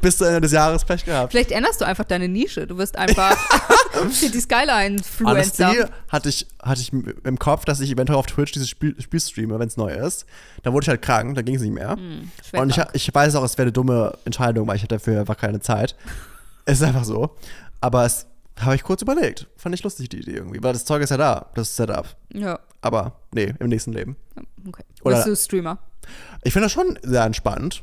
S1: Bis zu Ende des Jahres Pech gehabt.
S2: Vielleicht änderst du einfach deine Nische. Du wirst einfach City Skyline
S1: Honesty
S2: Fluencer.
S1: hatte ich, hatte ich im Kopf, dass ich eventuell auf Twitch dieses Spiel, Spiel streame, wenn es neu ist. Dann wurde ich halt krank, dann ging es nicht mehr.
S2: Hm,
S1: Und ich, ich weiß auch, es wäre eine dumme Entscheidung, weil ich hatte dafür einfach keine Zeit. Es ist einfach so. Aber es habe ich kurz überlegt. Fand ich lustig, die Idee irgendwie. Weil das Zeug ist ja da, das Setup.
S2: Ja,
S1: Aber nee, im nächsten Leben.
S2: okay.
S1: Oder-
S2: Bist du Streamer?
S1: Ich finde das schon sehr entspannt.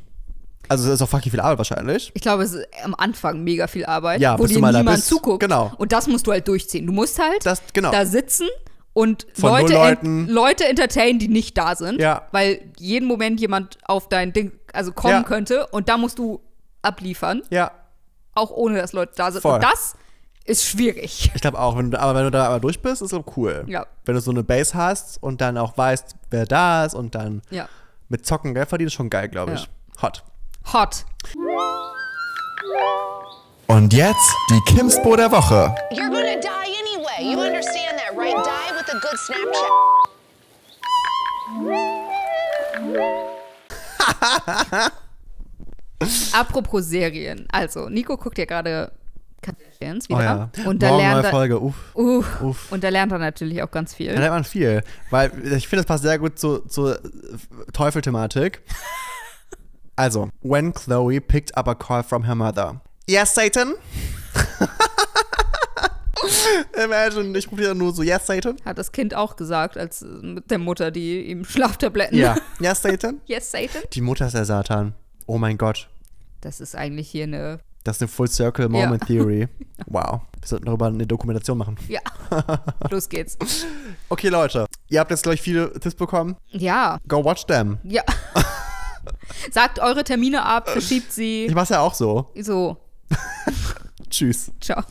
S1: Also, es ist auch fucking viel Arbeit wahrscheinlich.
S2: Ich glaube, es ist am Anfang mega viel Arbeit,
S1: Ja,
S2: wo
S1: bis du
S2: dir
S1: mal da
S2: niemand
S1: bist.
S2: zuguckt.
S1: Genau.
S2: Und das musst du halt durchziehen. Du musst halt
S1: Das- genau.
S2: da sitzen und
S1: Von
S2: Leute,
S1: nur
S2: ent
S1: Leuten.
S2: Leute entertainen, die nicht da sind.
S1: Ja.
S2: Weil jeden Moment jemand auf dein Ding also kommen
S1: Ja.
S2: könnte und da musst du abliefern,
S1: Ja.
S2: auch ohne dass Leute da sind.
S1: Voll.
S2: Und das ist schwierig.
S1: Ich glaube auch, wenn du, aber wenn du da aber durch bist, ist es cool.
S2: Ja.
S1: Wenn du so eine Base hast und dann auch weißt, wer da ist und dann
S2: Ja.
S1: Mit Zocken Geld verdienen ist schon geil, glaube ich. Hot.
S2: Hot.
S1: Und jetzt die Kimsbo der Woche.
S4: You're gonna die anyway. You understand that, right? Die with a good Snapchat.
S2: Apropos Serien. Also, Nico guckt ja gerade Kardashians
S1: Oh
S2: wieder.
S1: ja.
S2: Und da
S1: Morgen
S2: lernt
S1: neue
S2: er.
S1: Folge. Uff.
S2: Uff.
S1: Uff.
S2: Und da lernt er natürlich auch ganz viel.
S1: Da lernt man viel. Weil ich finde, das passt sehr gut zu, zur Teufel-Thematik. Also, when Chloe picked up a call from her mother. Yes, Satan? Imagine, ich rufe dir nur so, yes, Satan?
S2: Hat das Kind auch gesagt, als äh, mit der Mutter, die ihm Schlaftabletten.
S1: Ja. Yes, Satan?
S2: Yes, Satan.
S1: Die Mutter ist der Satan. Oh mein Gott.
S2: Das ist eigentlich hier eine.
S1: Das ist eine Full Circle Moment Theory. Wow. Wir sollten darüber eine Dokumentation machen.
S2: Ja. Los geht's.
S1: Okay, Leute. Ihr habt jetzt, glaube ich, viele Tipps bekommen.
S2: Ja.
S1: Go watch them.
S2: Ja. Sagt eure Termine ab, verschiebt
S1: Ich
S2: sie.
S1: mach's ja auch so.
S2: So,
S1: Tschüss.
S2: ciao.